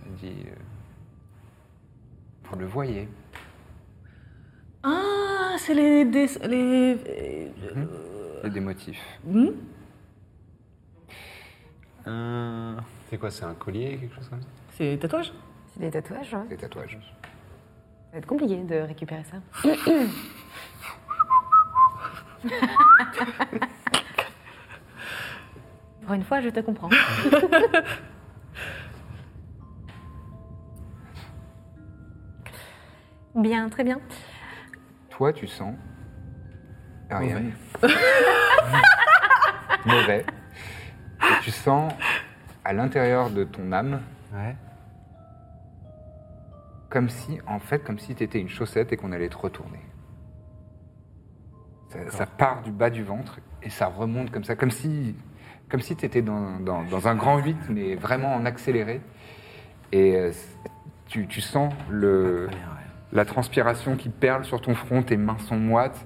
A: Elle dit euh, Vous le voyez.
G: Ah, c'est les. dess- les...
A: Il y a des motifs.
G: Hmm
B: Euh, C'est quoi, c'est un collier, quelque chose comme ça
G: c'est les tatouages
E: C'est des tatouages, hein.
A: Des tatouages.
E: Ça va être compliqué de récupérer *laughs* ça. Pour une fois, je te comprends. *laughs* bien, très bien.
A: Toi, tu sens. Rien. *laughs* Mauvais. Et tu sens à l'intérieur de ton âme
F: Ouais.
A: comme si, en fait, comme si t'étais une chaussette et qu'on allait te retourner. Ça, ça part du bas du ventre et ça remonte comme ça, comme si, comme si t'étais dans, dans- dans un grand 8, mais vraiment en accéléré. Et euh, c- tu, tu sens le, la transpiration qui perle sur ton front, tes mains sont moites.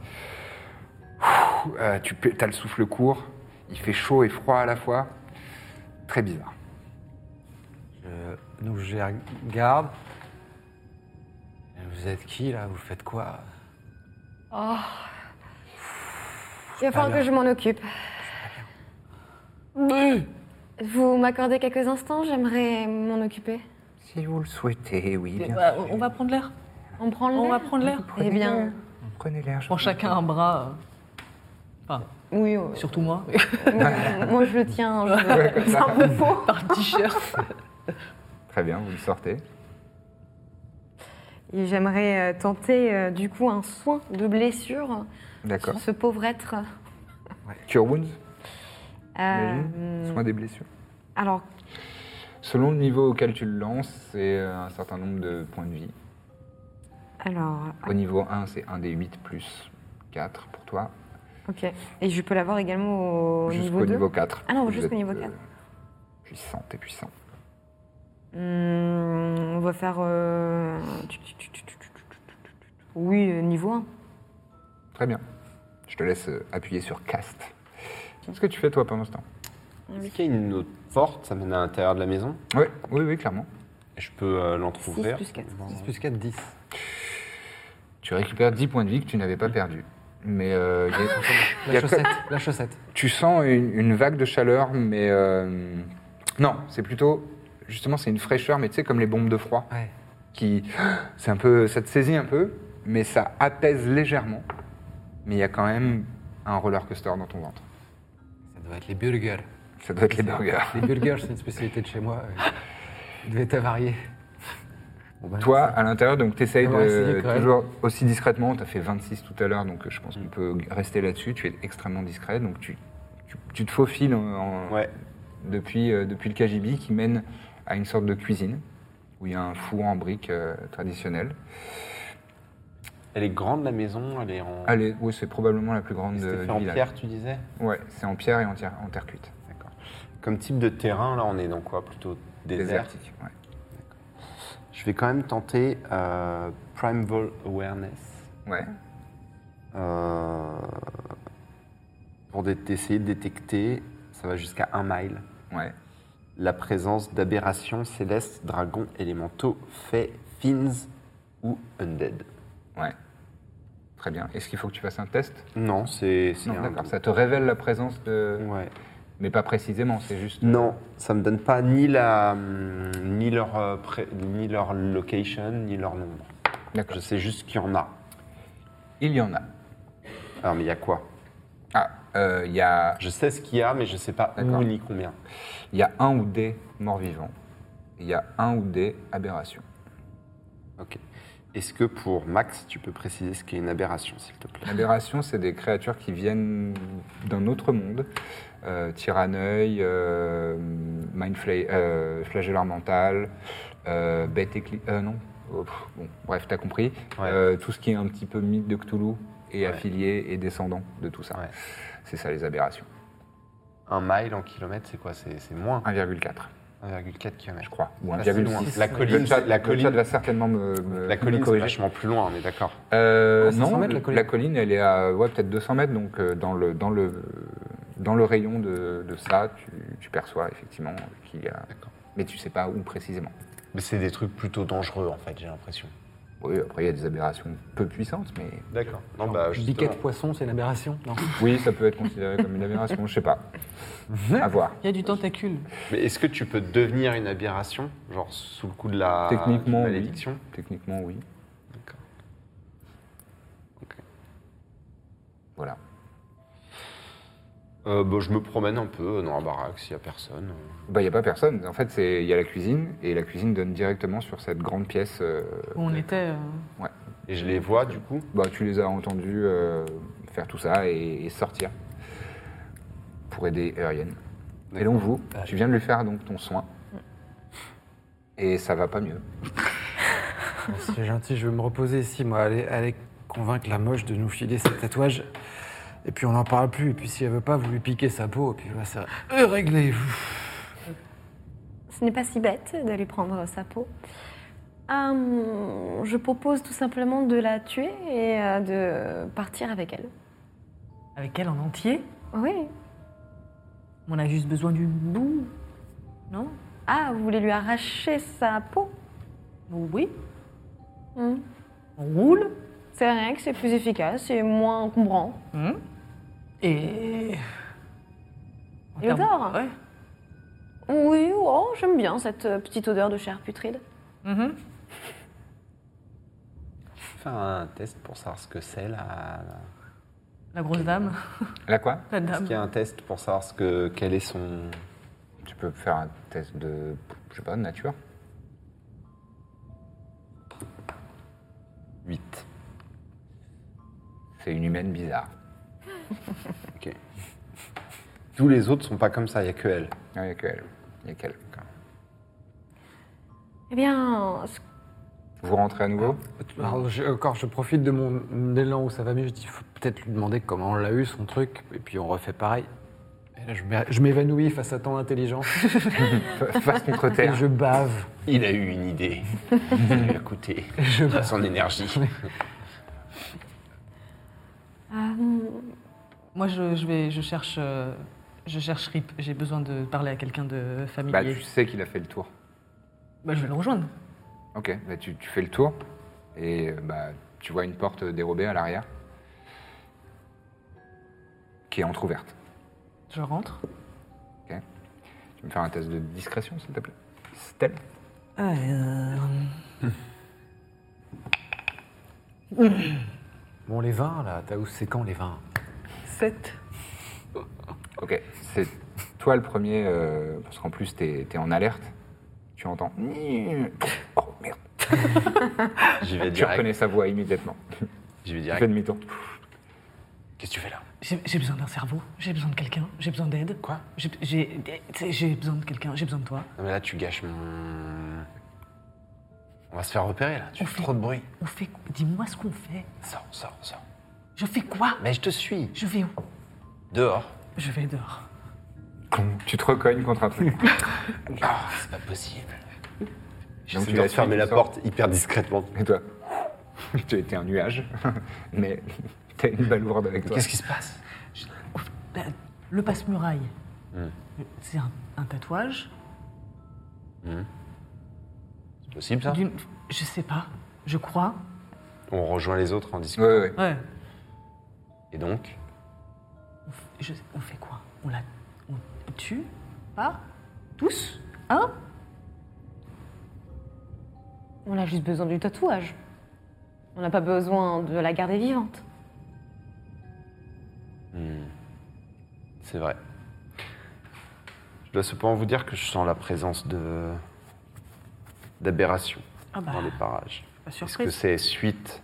A: Ouh, euh, tu as le souffle court, il fait chaud et froid à la fois. Très bizarre.
F: Je- donc je les regarde. Vous êtes qui là Vous faites quoi
E: Il va falloir
F: Alors.
E: que je m'en occupe. Vous m'accordez quelques instants, j'aimerais m'en occuper.
A: Si vous le souhaitez, oui, bien
G: Bah,
A: sûr.
G: On va prendre l'air.
E: On prend le
G: On va
E: verre
G: prendre l'air.
E: Eh bien,
A: Prenez l'air. je
G: Prends
A: vous en
G: chacun un bras. euh, Enfin,
E: Oui, euh,
G: Surtout moi,
E: moi je le tiens, je
A: Ouais, comme ça.
E: le faux.
G: *laughs* par le t-shirt.
A: Très bien, vous le sortez.
E: Et j'aimerais euh, tenter euh, du coup un soin de blessure
A: D'accord.
E: sur ce pauvre être.
A: Cure wounds,
E: Euh,
A: soin des blessures.
E: alors,
A: Selon le niveau auquel tu le lances, c'est euh, un certain nombre de points de vie.
E: alors,
A: Au niveau 1, c'est 1 des 8 plus 4 pour toi.
E: ok. Et je peux l'avoir également au
A: Jusqu'au
E: niveau
A: niveau,
E: 2
A: 4.
E: Ah non,
A: Vous
E: jusqu'au
A: êtes,
E: niveau
A: euh,
E: 4.
A: puissant, t'es puissant.
E: Hmm, on va faire. euh, tu- tu- tu- tu- tu- tu- tu- tu- tu- tu- tu- Oui, euh, niveau 1.
A: Très bien. Je te laisse euh, appuyer sur cast. Qu'est-ce que tu fais toi pendant ce temps
B: Est-ce qu'il y a une autre porte Ça mène à l'intérieur de la maison
A: oui, oui, oui, clairement.
B: Je peux euh, l'entrouvrir.
E: 6 plus quatre.
B: Bon.
F: 6 plus 4, 10.
A: Tu récupères 10 points de vie que tu n'avais pas perdu. Mais euh, il y a- Il y
F: La
A: a que-
F: chaussette, la chaussette.
A: tu sens une, une vague de chaleur, mais euh, non, c'est plutôt justement c'est une fraîcheur, mais tu sais comme les bombes de froid
F: Ouais.
A: qui *gasps* c'est un peu ça te saisit un peu, mais ça apaise légèrement. Mais il y a quand même un roller coaster dans ton ventre.
F: Ça doit être les burgers.
A: Ça doit être les burgers.
F: Les burgers, c'est une spécialité de chez moi. euh, Ils devaient être avariés. Bon, bah,
A: Toi, à l'intérieur, donc tu essayes
F: On va essayer
A: de,
F: quand même. Mm.
A: toujours aussi discrètement, tu as fait 26 tout à l'heure, donc euh, je pense qu'on peut rester là-dessus, tu es extrêmement discret, donc tu, tu, tu te faufiles en- en-
B: Ouais.
A: depuis, euh, depuis le Kajibi qui mène à une sorte de cuisine, où il y a un four en briques euh, traditionnel.
B: Elle est grande la maison, elle est en.
A: Allez, oui, c'est probablement la plus grande
B: C'était
A: euh,
B: fait
A: du
B: en
A: village.
B: pierre, tu disais
A: Ouais, c'est en pierre et en, terre- en terre cuite.
B: D'accord. Comme type de terrain, là, on est dans quoi Plutôt désert.
A: Désertique. ouais.
B: Je vais quand même tenter euh, Primeval Awareness
A: Ouais.
B: euh, pour dé- essayer de détecter, ça va jusqu'à un mile,
A: Ouais.
B: la présence d'aberrations célestes, dragons, élémentaux, fées, fins ou undead.
A: Ouais. Très bien. Est-ce qu'il faut que tu fasses un test
B: Non, c'est c'est
A: Non,
B: un- Mm.
A: d'accord. Ça te révèle la présence de...
B: Ouais.
A: Mais pas précisément, c'est juste...
B: Non, ça me donne pas ni la hum, ni leur euh, pré- ni leur location ni leur nombre.
A: D'accord.
B: Je sais juste qu'il y en a.
A: Il y en a.
B: Alors mais il y a quoi
A: Ah, euh, il y, a,
B: Je sais ce qu'il y a, mais je sais pas
A: D'accord.
B: où ni combien.
A: il y a un ou des morts-vivants. Il y a un ou des aberrations.
B: Ok. Est-ce que pour Max, tu peux préciser ce qu'est une aberration, s'il te plaît
A: Aberrations, c'est des créatures qui viennent d'un autre monde. Euh, Tyranneuil, euh, mindfla- euh, flageolar mental, euh, bête éclipse. non, oh, pff, bon, bref, t'as compris.
B: Ouais.
A: Euh, tout ce qui est un petit peu mythe de Cthulhu et
B: Ouais.
A: affilié et descendant de tout ça.
B: Ouais.
A: C'est ça les aberrations.
B: Un mile en kilomètres, c'est quoi C'est c'est moins
A: 1,4,
B: 1,4 km.
A: je crois. Ou
B: Ah,
A: 1,6.
B: c'est- la colline,
A: le chat,
B: la
A: le
B: colline-
A: chat va certainement me, me-
B: La
A: me
B: colline, c'est
A: corriger.
B: vachement plus loin, on est d'accord.
A: Euh,
F: Ah, 500
A: non,
F: mètres, la
A: la colline.
F: colline.
A: elle est à ouais, peut-être 200 mètres, donc euh, dans, le, dans, le, dans le rayon de, de ça, tu, tu perçois effectivement qu'il y a.
B: D'accord.
A: Mais tu sais pas où précisément.
B: Mais c'est des trucs plutôt dangereux, en fait, j'ai l'impression.
A: Oui, après il y a des aberrations peu puissantes, mais.
B: D'accord. Non,
F: Genre,
B: bah, justement.
F: Biquet de poisson, c'est une aberration
A: *laughs*
F: Non.
A: Oui, ça peut être considéré comme une aberration, je sais pas.
F: Ah,
A: À voir.
G: Il y a du tentacule.
B: Mais est-ce que tu peux devenir une aberration, genre sous le coup de la
A: Techniquement, oui.
B: malédiction
A: Techniquement, oui.
B: D'accord. Ok.
A: Voilà.
B: Euh, bah, je me promène un peu dans la baraque s'il n'y a personne.
A: Bah, il n'y a pas personne. En fait, c'est- il y a la cuisine, et la cuisine donne directement sur cette grande pièce. euh,
G: Où on était. euh,
B: Et je les vois du coup.
A: Bah, tu les as entendus euh, faire tout ça et, et sortir pour aider Eurienne. Et donc vous, tu viens de lui faire donc ton soin. Et ça va pas mieux.
F: Merci, C'est gentil, je vais me reposer ici, moi. Allez, allez convaincre la moche de nous filer ses tatouages. Et puis on n'en parle plus. Et puis si elle veut pas, vous lui piquez sa peau. Et puis voilà, ça. Euh, réglé.
E: Ce n'est pas si bête de lui prendre sa peau. Hum, je propose tout simplement de la tuer et euh, de partir avec elle.
G: Avec elle en entier.
E: Oui.
G: On a juste besoin du bout. Non
E: Ah, vous voulez lui arracher sa peau
G: Oui. Hmm.
E: Hum.
G: On roule.
E: C'est vrai que c'est plus efficace et moins encombrant.
G: Hum. Et. En
E: Et
G: termes-
E: odeur.
G: Ouais.
E: Oui, oh, j'aime bien cette euh, petite odeur de chair putride.
G: Mhm.
B: Faire un test pour savoir ce que c'est la,
H: La grosse dame. *laughs*
A: La quoi
H: La
B: Est-ce
H: dame.
B: qu'il y a un test pour savoir ce que, quel est son.
A: Tu peux faire un test de, je sais pas, de nature.
B: 8.
A: C'est une humaine bizarre.
B: Ok. Tous les autres sont pas comme ça, il n'y a que elle.
A: Il n'y a qu'elle. Il y a qu'elle.
E: Eh bien, ce-
A: Vous rentrez à nouveau
F: Alors, je- encore, je profite de mon élan où ça va mieux. Je dis, faut peut-être lui demander comment on l'a eu, son truc, et puis on refait pareil. Et là, je m'é- je m'évanouis face à tant d'intelligence.
A: Face contre *laughs*
F: et
A: terre.
F: je bave.
B: Il a eu
A: *laughs*
B: une idée. Ça lui a coûté son énergie.
E: euh,
G: Moi, je, je vais, je cherche, euh, je cherche Rip. J'ai besoin de parler à quelqu'un de familier.
A: Bah, tu sais qu'il a fait le tour.
G: Bah, je vais le rejoindre.
A: Ok, bah, tu, tu fais le tour et euh, bah, tu vois une porte dérobée à l'arrière qui est entr'ouverte.
G: Je rentre.
A: Tu veux me faire un test de discrétion, s'il te plaît Stella
G: Ah, euh,
F: Bon, les vins, là, t'as où c'est quand les vins
H: 7.
A: Ok, c'est toi le premier, euh, parce qu'en plus, t'es es en alerte. Tu entends. Oh merde.
B: J'y vais
A: Tu
B: direct.
A: reconnais sa voix immédiatement.
B: J'y vais
A: Tu fais
B: direct.
A: demi-tour.
B: Qu'est-ce que tu fais là
G: J'ai j'ai besoin d'un cerveau. J'ai besoin de quelqu'un. J'ai besoin d'aide.
B: Quoi
G: J'ai- J'ai j'ai besoin de quelqu'un. J'ai besoin de toi.
B: Non mais là tu gâches mon. On va se faire repérer là. Tu
G: On
B: fais
G: fait-
B: trop de bruit.
G: On fait. qu- Dis-moi ce qu'on fait.
B: Sors, sors, sors.
G: Je fais quoi
B: Mais je te suis.
G: Je vais où
B: Dehors.
G: Je vais dehors.
A: Tu te recognes contre un truc.
B: Ah, c'est pas possible.
A: Donc,
B: J'essaie
A: tu
B: de
A: la suis,
B: fermer
A: tu
B: la
A: sors.
B: porte hyper discrètement.
A: Et toi *laughs* Tu étais un nuage, *laughs* mais t'as une balourde avec toi.
B: Qu'est-ce qui se passe
G: La- Ben, Le passe-muraille.
B: Hmm.
G: C'est un, un tatouage.
B: C'est possible ça
G: d'une- Je sais pas. Je crois.
B: On rejoint les autres en discutant.
A: Ouais, ouais, ouais.
G: Ouais.
B: Et donc
G: On, f- je- on fait quoi On la on la tue Pas Tous Hein
E: on a juste besoin du tatouage. On n'a pas besoin de la garder vivante.
B: C'est vrai. Je dois cependant vous dire que je sens la présence de d'aberrations
G: Ah bah,
B: dans les parages.
G: pas
B: Est-ce que
G: surprise.
B: c'est suite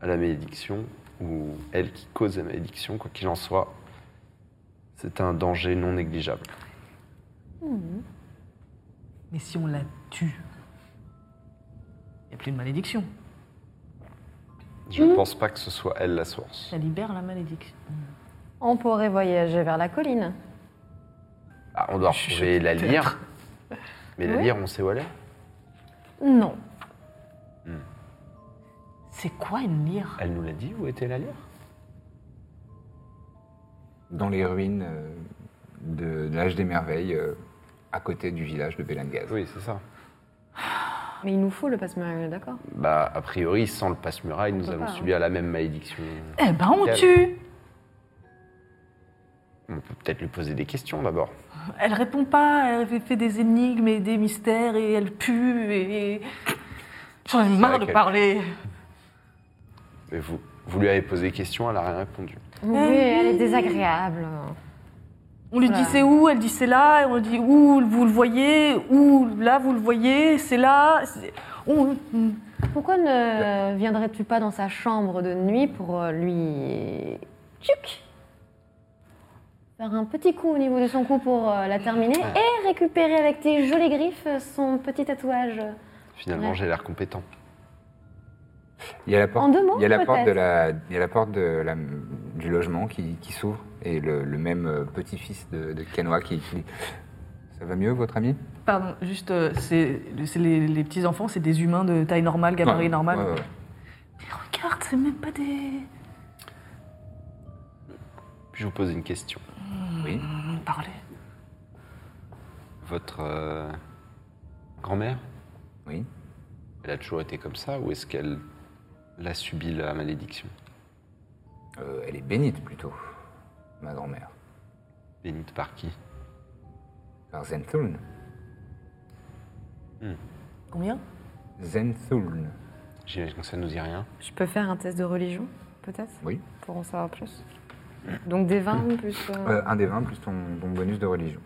B: à la malédiction ou elle qui cause la malédiction, quoi qu'il en soit C'est un danger non négligeable.
G: Mais si on la tue, il n'y a plus de malédiction.
B: Je
E: Mmh.
B: ne pense pas que ce soit elle la source.
G: Ça libère la malédiction.
E: On pourrait voyager vers la colline.
B: Ah, on doit retrouver la lyre. Mais la
E: Ouais.
B: lyre, on sait où elle est
E: Non.
G: C'est quoi une lyre
B: Elle nous l'a dit où était la lyre
A: Dans les ruines euh, de, de l'âge des merveilles, euh, à côté du village de Belangaz.
B: Oui, c'est ça.
E: Mais il nous faut le passe-muraille, d'accord
B: Bah, a priori, sans le passe-muraille, nous
E: peut
B: allons
E: pas, hein.
B: subir la même malédiction.
G: Eh ben, on
B: Elle.
G: tue
B: On peut peut-être lui poser des questions d'abord.
G: Elle répond pas, elle fait- fait des énigmes et des mystères et elle pue et. J'en ai
B: vrai
G: marre de
B: qu'elle-
G: parler.
B: Mais vous, vous lui avez posé des questions, elle n'a rien répondu.
E: Euh, Oui, elle est désagréable.
G: On lui dit c'est où, elle dit c'est là, et on lui dit où vous le voyez, où là vous le voyez, c'est là. c'est- On...
E: Pourquoi
A: Euh.
E: ne viendrais-tu pas dans sa chambre de nuit pour euh, lui. Tchouc Faire un petit coup au niveau de son cou pour euh, la terminer et récupérer avec tes jolies griffes son petit tatouage.
B: Finalement,
E: Ouais.
B: j'ai l'air compétent.
A: Il y a la porte,
E: En deux mots,
A: il y a la porte, de
E: peut-être.
A: la, il y a la porte de la- du logement qui, qui s'ouvre et le, le même euh, petit-fils de, de Kenwa qui, qui dit Ça va mieux, votre ami
G: Pardon, juste, euh, c'est c'est les, les petits-enfants, c'est des humains de taille normale, gabarit
A: Ouais,
G: normal.
A: ouais, ouais.
G: Mais regarde, c'est même pas des.
B: Je vous pose une question.
A: Oui.
G: On parlait.
B: Votre euh, grand-mère,
A: Oui.
B: elle a toujours été comme ça ou est-ce qu'elle a subi la malédiction
A: Euh, elle est bénite plutôt, ma grand-mère.
B: Bénite par qui
A: Par Zenthuln.
G: Combien
A: Zenthuln.
B: J'imagine que ça ne nous dit rien.
E: Je peux faire un test de religion, peut-être
A: Oui.
E: Pour en savoir plus. Donc des 20 plus. euh,
A: Euh, un des 20 plus ton, ton bonus de religion.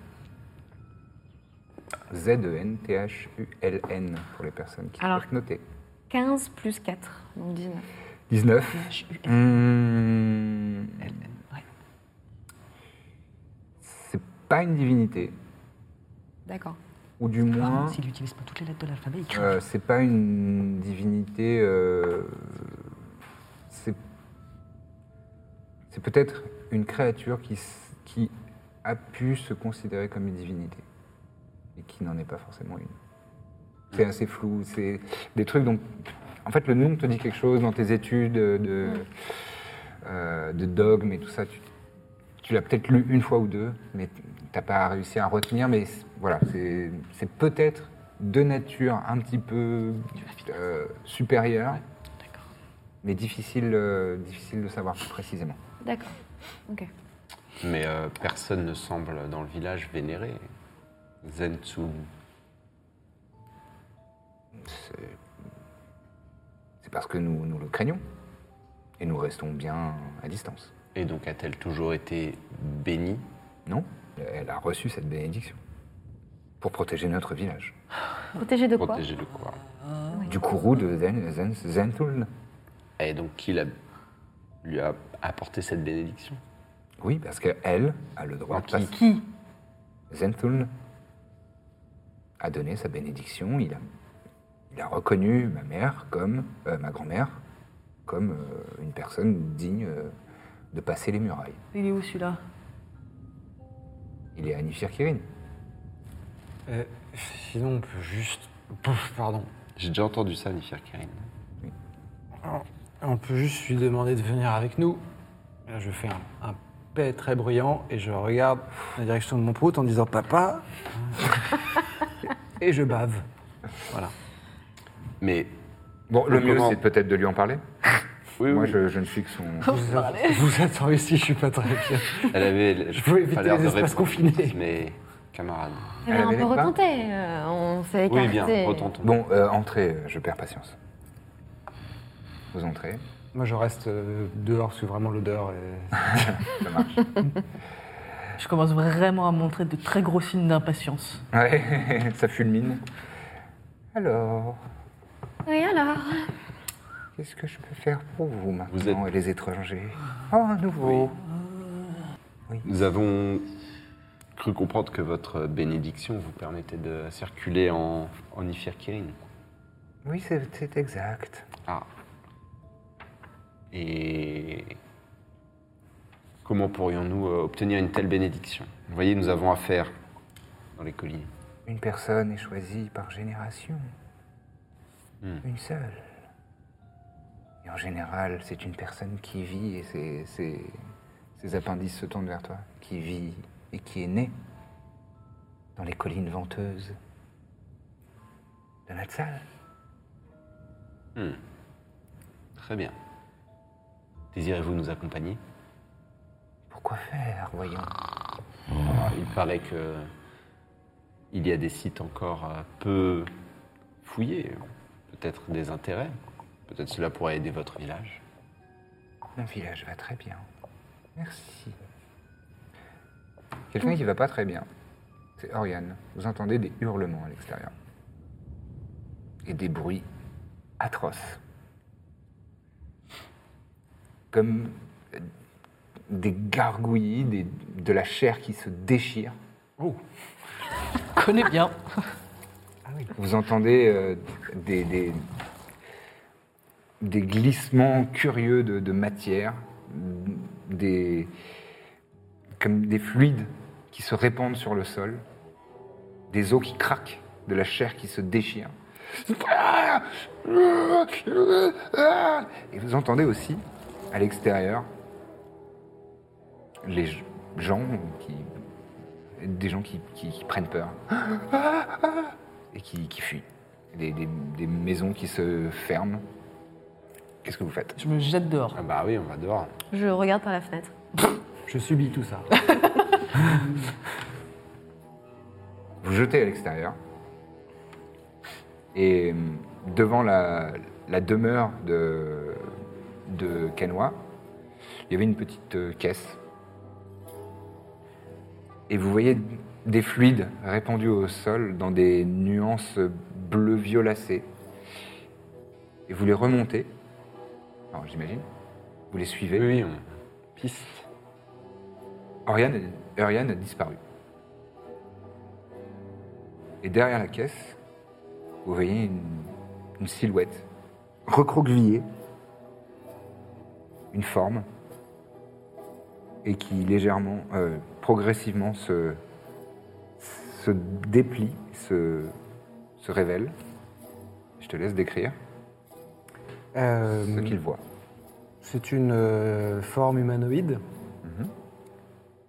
A: E Z-E-N-T-H-U-L-N pour les personnes qui
E: Alors-
A: peuvent noter.
E: 15 plus 4, donc 19.
A: 19. Hmm. C'est pas une divinité,
E: D'accord.
A: ou du moins,
G: S'il n'utilise pas toutes les lettres de l'alphabet, il craint.
A: euh, c'est pas une divinité. euh, c'est c'est peut-être une créature qui, s- qui a pu se considérer comme une divinité et qui n'en est pas forcément une. C'est assez flou, c'est des trucs dont. En fait, le nom te dit quelque chose dans tes études euh, de, euh, de dogme et tout ça. Tu, tu l'as peut-être lu une fois ou deux, mais tu n'as pas réussi à retenir. Mais c'est- voilà, c'est c'est peut-être de nature un petit peu euh, supérieure, mais difficile, euh, difficile de savoir plus précisément.
E: D'accord. Ok.
B: Mais euh, personne ne semble dans le village vénérer Zentsu.
A: C'est- C'est parce que nous, nous le craignons et nous restons bien à distance.
B: Et donc a-t-elle toujours été bénie
A: Non Elle a reçu cette bénédiction pour protéger notre village.
E: Protégé de quoi
B: Protégée de quoi
A: Du courroux de Zen, Zen, Zentul.
B: Et donc qui l'a- lui a apporté cette bénédiction
A: Oui, parce qu'elle a le droit de
B: Qui-
A: passer.
G: Qui
A: Zenthuln a donné sa bénédiction. Il a, il a reconnu ma mère comme euh, ma grand-mère comme euh, une personne digne euh, de passer les murailles.
G: Il est où celui-là
A: Il est à Nifirkirin.
F: Euh, sinon, on peut juste. Pouf, pardon.
B: J'ai déjà entendu ça, Nifir Karine.
F: On peut juste lui demander de venir avec nous. Et Là, je fais un, un paix très bruyant et je regarde la direction de mon prout en disant Papa Et je bave. Voilà.
B: Mais
A: Bon, le mieux,
B: Comment
A: c'est peut-être de lui en parler.
B: oui,
A: Moi,
B: oui, Oh.
A: je, je ne suis que son.
F: Vous êtes, vous êtes en Russie, je suis pas très bien.
B: elle avait
F: Je veux éviter
B: pas l'air
F: les
B: de
F: espaces
B: répondre,
F: confinés.
B: Mais camarade.
E: Eh
A: Elle avait
E: ben, On peut
A: les pas
E: retenter. euh, on s'est écarté.
B: Oui, bien, retentons.
A: Bon, euh, entrez, euh, je perds patience. Vous entrez,
F: Moi, je reste euh, dehors parce que vraiment l'odeur est.
A: ça marche.
B: *laughs*
G: Je commence vraiment à montrer de très gros signes d'impatience.
A: Ouais, *laughs* ça fulmine. Alors,
E: Oui, alors.
A: qu'est-ce que je peux faire pour vous maintenant,
B: Vous êtes- Ah,
A: les étrangers Oh, un nouveau
B: Nous avons cru comprendre que votre bénédiction vous permettait de circuler en, en Ifirkirin.
A: Oui, c'est c'est exact.
B: Ah. Et comment pourrions-nous euh, obtenir une telle bénédiction Vous voyez, nous avons affaire dans les collines.
A: Une personne est choisie par génération.
B: Hmm.
A: Une seule. Et en général, c'est une personne qui vit et ses, ses, ses appendices se tournent vers toi. Qui vit et qui est née dans les collines venteuses de Natsal.
B: Hmm. Très bien. Désirez-vous nous accompagner
A: Pourquoi faire, voyons
B: Ah, Il paraît que il y a des sites encore euh, peu fouillés, peut-être des intérêts, peut-être cela pourrait aider votre village.
A: Mon village va très bien. Merci. Quelqu'un qui va pas très bien, c'est Oriane. Vous entendez des hurlements à l'extérieur. Et des bruits atroces. Comme euh, des gargouillis, des- de la chair qui se déchire.
G: Oh. Connais bien.
A: Vous entendez euh, des, des- des glissements curieux de, de matière, des, comme des fluides qui se répandent sur le sol, des os qui craquent, de la chair qui se déchire. Et vous entendez aussi, à l'extérieur, les gens qui... Des gens qui- qui- qui prennent peur et qui, qui fuit. Des, des- des maisons qui se ferment. Qu'est-ce que vous faites
G: Je me jette dehors.
B: Ah bah oui, on va dehors.
E: Je regarde par la fenêtre.
F: Je subis tout ça.
A: Vous jetez à l'extérieur. Et euh, devant la, la demeure de, de Canoa, il y avait une petite euh, caisse et vous voyez des fluides répandus au sol dans des nuances bleu-violacées. Et vous les remontez, alors j'imagine, vous les suivez.
B: Oui, oui, on piste.
A: Oriane, Oriane a disparu. Et derrière la caisse, vous voyez une, une silhouette recroquevillée, une forme, et qui légèrement, euh, progressivement se, se déplie, se, se révèle. Je te laisse décrire
F: Euh,
A: ce qu'il voit.
F: C'est une euh, forme humanoïde.
A: Mhm.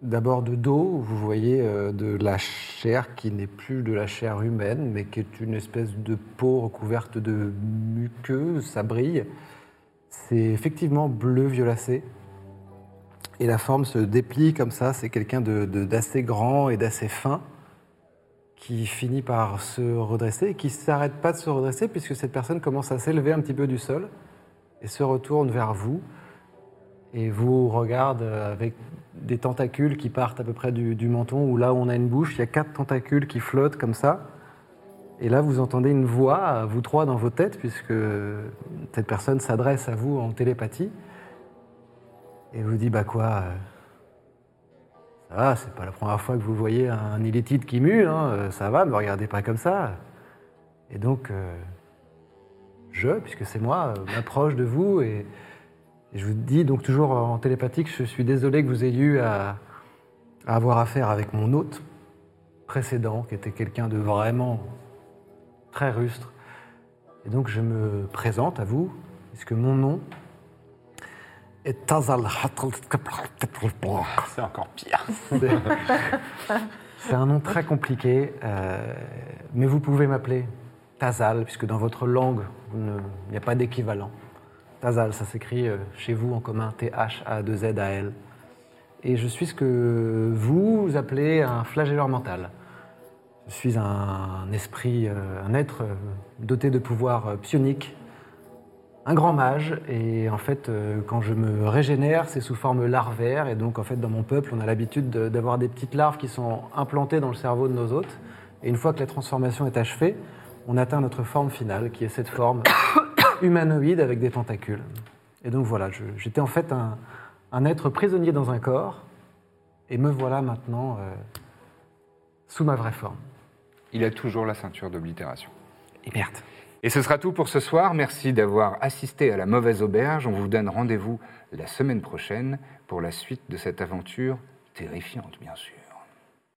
F: D'abord de dos, vous voyez euh, de la chair qui n'est plus de la chair humaine, mais qui est une espèce de peau recouverte de muqueux, ça brille. C'est effectivement bleu violacé. Et la forme se déplie comme ça, c'est quelqu'un de- de- d'assez grand et d'assez fin qui finit par se redresser et qui ne s'arrête pas de se redresser puisque cette personne commence à s'élever un petit peu du sol et se retourne vers vous et vous regarde euh, avec des tentacules qui partent à peu près du, du menton où là où on a une bouche, il y a quatre tentacules qui flottent comme ça. Et là, vous entendez une voix, à vous trois, dans vos têtes, puisque cette personne s'adresse à vous en télépathie. Et vous dit, bah quoi euh, Ça va, c'est pas la première fois que vous voyez un illitite qui mue, hein, euh, ça va, me regardez pas comme ça. Et donc, euh, je, puisque c'est moi, euh, m'approche de vous et, et je vous dis, donc toujours en télépathique, je suis désolé que vous ayez eu à, à avoir affaire avec mon hôte précédent, qui était quelqu'un de vraiment très rustre. Et donc, je me présente à vous, puisque mon nom est Tazal
B: C'est encore pire.
F: c'est *laughs* c'est un nom très compliqué, euh, mais vous pouvez m'appeler Tazal, puisque dans votre langue, vous ne- il n'y a pas d'équivalent. Tazal, ça s'écrit euh, chez vous en commun T-H-A-2-Z-A-L. Et je suis ce que vous appelez un flagelleur mental. Je suis un esprit, euh, un être euh, doté de pouvoirs euh, psioniques, un grand mage et en fait euh, quand je me régénère c'est sous forme larvaire et donc en fait dans mon peuple on a l'habitude de- d'avoir des petites larves qui sont implantées dans le cerveau de nos hôtes et une fois que la transformation est achevée on atteint notre forme finale qui est cette forme *coughs* humanoïde avec des tentacules et donc voilà je- j'étais en fait un, un être prisonnier dans un corps et me voilà maintenant euh, sous ma vraie forme
A: Il a toujours la ceinture d'oblitération.
F: et merde
A: Et ce sera tout pour ce soir. Merci d'avoir assisté à la mauvaise auberge. On vous donne rendez-vous la semaine prochaine pour la suite de cette aventure terrifiante, bien sûr.